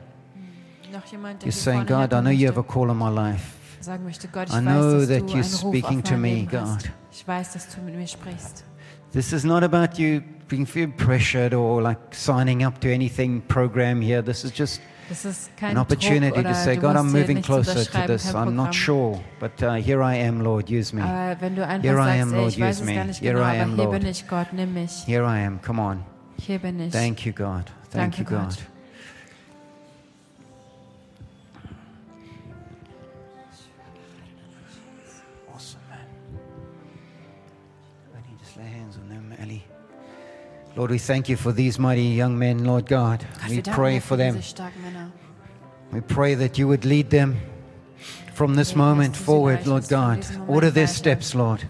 S2: Noch jemand, der
S1: You're
S2: hier
S1: saying,
S2: vorne
S1: God, I know
S2: herkommen
S1: you have a
S2: möchte,
S1: call on my life.
S2: sagen möchte, Gott, ich
S1: I
S2: weiß,
S1: know
S2: dass
S1: that
S2: du
S1: you're
S2: einen Ruf
S1: speaking
S2: auf
S1: to
S2: mein
S1: me,
S2: Leben hast.
S1: God.
S2: Ich weiß, dass du mit mir sprichst.
S1: This is not about you being feeling pressured or like signing up to anything program here. This is just
S2: Das ist
S1: an
S2: kein Druck
S1: opportunity
S2: oder
S1: to say,
S2: du
S1: God,
S2: musst
S1: I'm
S2: hier
S1: moving
S2: nichts
S1: closer to
S2: unterschreiben,
S1: this.
S2: kein
S1: I'm
S2: Programm.
S1: not sure, but uh, here I am, Lord. Use me.
S2: Aber wenn du einfach
S1: Here I
S2: sagst,
S1: am,
S2: ey,
S1: Lord,
S2: ich weiß
S1: use
S2: es
S1: me.
S2: gar nicht
S1: Here
S2: genau,
S1: I
S2: aber
S1: am,
S2: hier
S1: Lord.
S2: bin ich, Gott, nimm mich.
S1: Here I am. Come on.
S2: Hier bin ich.
S1: Thank you, God. Thank
S2: Danke,
S1: you, God.
S2: Gott.
S1: Awesome, man. I need to hands on them, Ellie. Lord, we thank you for these mighty young men, Lord God.
S2: Gott,
S1: We
S2: wir danken
S1: pray
S2: dir
S1: for
S2: für
S1: them.
S2: diese starken Männer.
S1: We pray that you would lead them from this
S2: Ja, dass
S1: moment
S2: du sie
S1: forward,
S2: leitest
S1: Lord
S2: von
S1: God.
S2: diesem Moment
S1: Order their
S2: weiter.
S1: steps, Lord.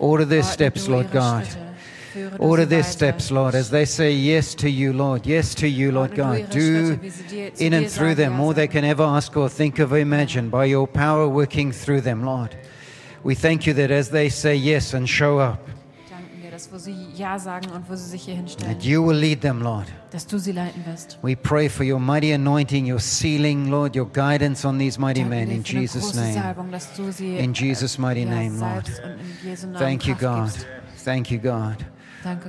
S1: Order their
S2: Ordne
S1: steps,
S2: du
S1: Lord
S2: ihre
S1: God.
S2: Schritte. Führe du
S1: Order
S2: sie
S1: their
S2: weiter.
S1: steps, Lord, as they say yes to you, Lord. Yes to you, Lord
S2: Ordne du
S1: God.
S2: ihre
S1: Do
S2: Schritte, wie sie dir- zu
S1: in and
S2: dir
S1: through
S2: sagen,
S1: them
S2: ja
S1: all they
S2: sagen.
S1: can ever ask or think of or imagine by your power working through them, Lord. We thank you that as they say yes and show up,
S2: Wir danken dir, dass wo sie Ja sagen und wo sie sich hier
S1: that
S2: hinstellen,
S1: you will lead them, Lord.
S2: dass du sie leiten wirst.
S1: We pray for your mighty anointing, your sealing, Lord, your guidance on these mighty
S2: Danken
S1: men
S2: dir
S1: in
S2: für eine
S1: Jesus'
S2: große
S1: name.
S2: Salbung, dass du sie,
S1: In Jesus' mighty
S2: ja,
S1: name, Lord.
S2: salbst und in Jesu Namen
S1: Thank you,
S2: Kraft
S1: God.
S2: gibst.
S1: Thank you, God.
S2: Danke,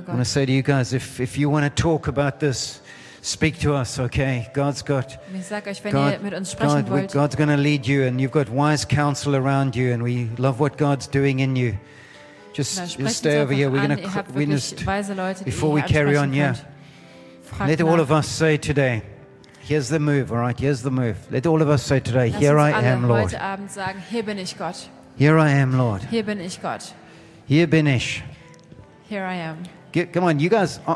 S1: I want to
S2: Gott.
S1: say to you guys if, if you want to talk about this, speak to us, okay? God's got.
S2: Und Ich sag euch, wenn ihr
S1: God,
S2: mit uns sprechen
S1: God, we-
S2: wollt,
S1: God's going to lead you, and you've got wise counsel around you, and we love what God's doing in you.
S2: dann
S1: Just,
S2: sprecht
S1: just
S2: uns
S1: stay over
S2: einfach
S1: here. We're
S2: an.
S1: going
S2: Ihr
S1: to
S2: habt
S1: witness.
S2: wirklich weise Leute, die ihr
S1: before we
S2: hier
S1: carry
S2: ansprechen
S1: on, yeah.
S2: könnt. Fragt
S1: Let all
S2: nach.
S1: of us say today, here's the move, all right? Here's the move. Let all of us say today,
S2: Lass
S1: here
S2: uns
S1: I
S2: alle
S1: am, Lord.
S2: heute Abend sagen, hier bin ich Gott,
S1: Here I am, Lord.
S2: hier bin ich Gott,
S1: Here, Benish.
S2: here I am.
S1: Get, come on, you guys. uh,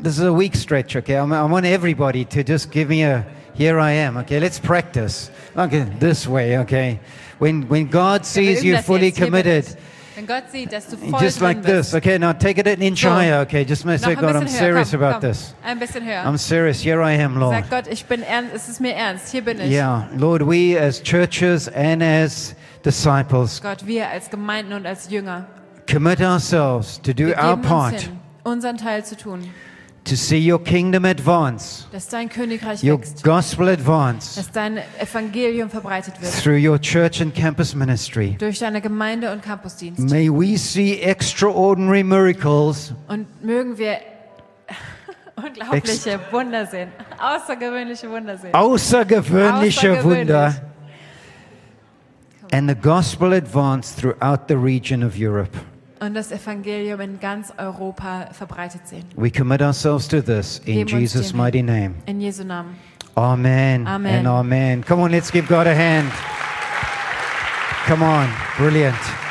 S1: this is a week stretch, okay? I'm, I want everybody to just give me a here I am, okay? Let's practice. Okay, this way, okay? When, when God
S2: Wir
S1: sees
S2: üben
S1: you
S2: das
S1: fully
S2: jetzt, hier bin
S1: committed,
S2: ich. Wenn Gott sieht, dass du voll
S1: just
S2: drin
S1: like
S2: bist.
S1: this, okay? Now take it an inch
S2: So.
S1: higher, okay? Just may I
S2: Noch
S1: say,
S2: ein
S1: God,
S2: bisschen
S1: I'm
S2: höher.
S1: serious
S2: komm,
S1: about
S2: komm.
S1: this.
S2: Ein bisschen höher.
S1: I'm serious. Here I am, Lord.
S2: Sag Gott, ich bin ernst, es ist mir ernst, hier bin ich.
S1: Yeah, Lord, we as churches and as disciples
S2: Gott, wir als Gemeinden und als Jünger,
S1: commit ourselves to do
S2: wir
S1: our
S2: geben uns
S1: part
S2: hin, unseren Teil zu tun,
S1: to see your kingdom advance,
S2: dass dein Königreich
S1: your
S2: wächst,
S1: gospel advance
S2: dass dein Evangelium verbreitet wird
S1: through your church and campus ministry.
S2: durch deine Gemeinde und Campusdienst.
S1: May we see extraordinary miracles
S2: Und mögen wir unglaubliche Wunder sehen, außergewöhnliche Wunder sehen.
S1: außergewöhnliche
S2: Außergewöhnlich.
S1: Wunder and the gospel advance throughout the region of Europe.
S2: Und das Evangelium in ganz Europa verbreitet sehen.
S1: We commit ourselves to this in
S2: Geben uns
S1: Jesus'
S2: dem
S1: mighty
S2: hin.
S1: name.
S2: In Jesu Namen.
S1: Amen.
S2: Amen.
S1: And amen. Come on, let's give God a hand. Come on. Brilliant.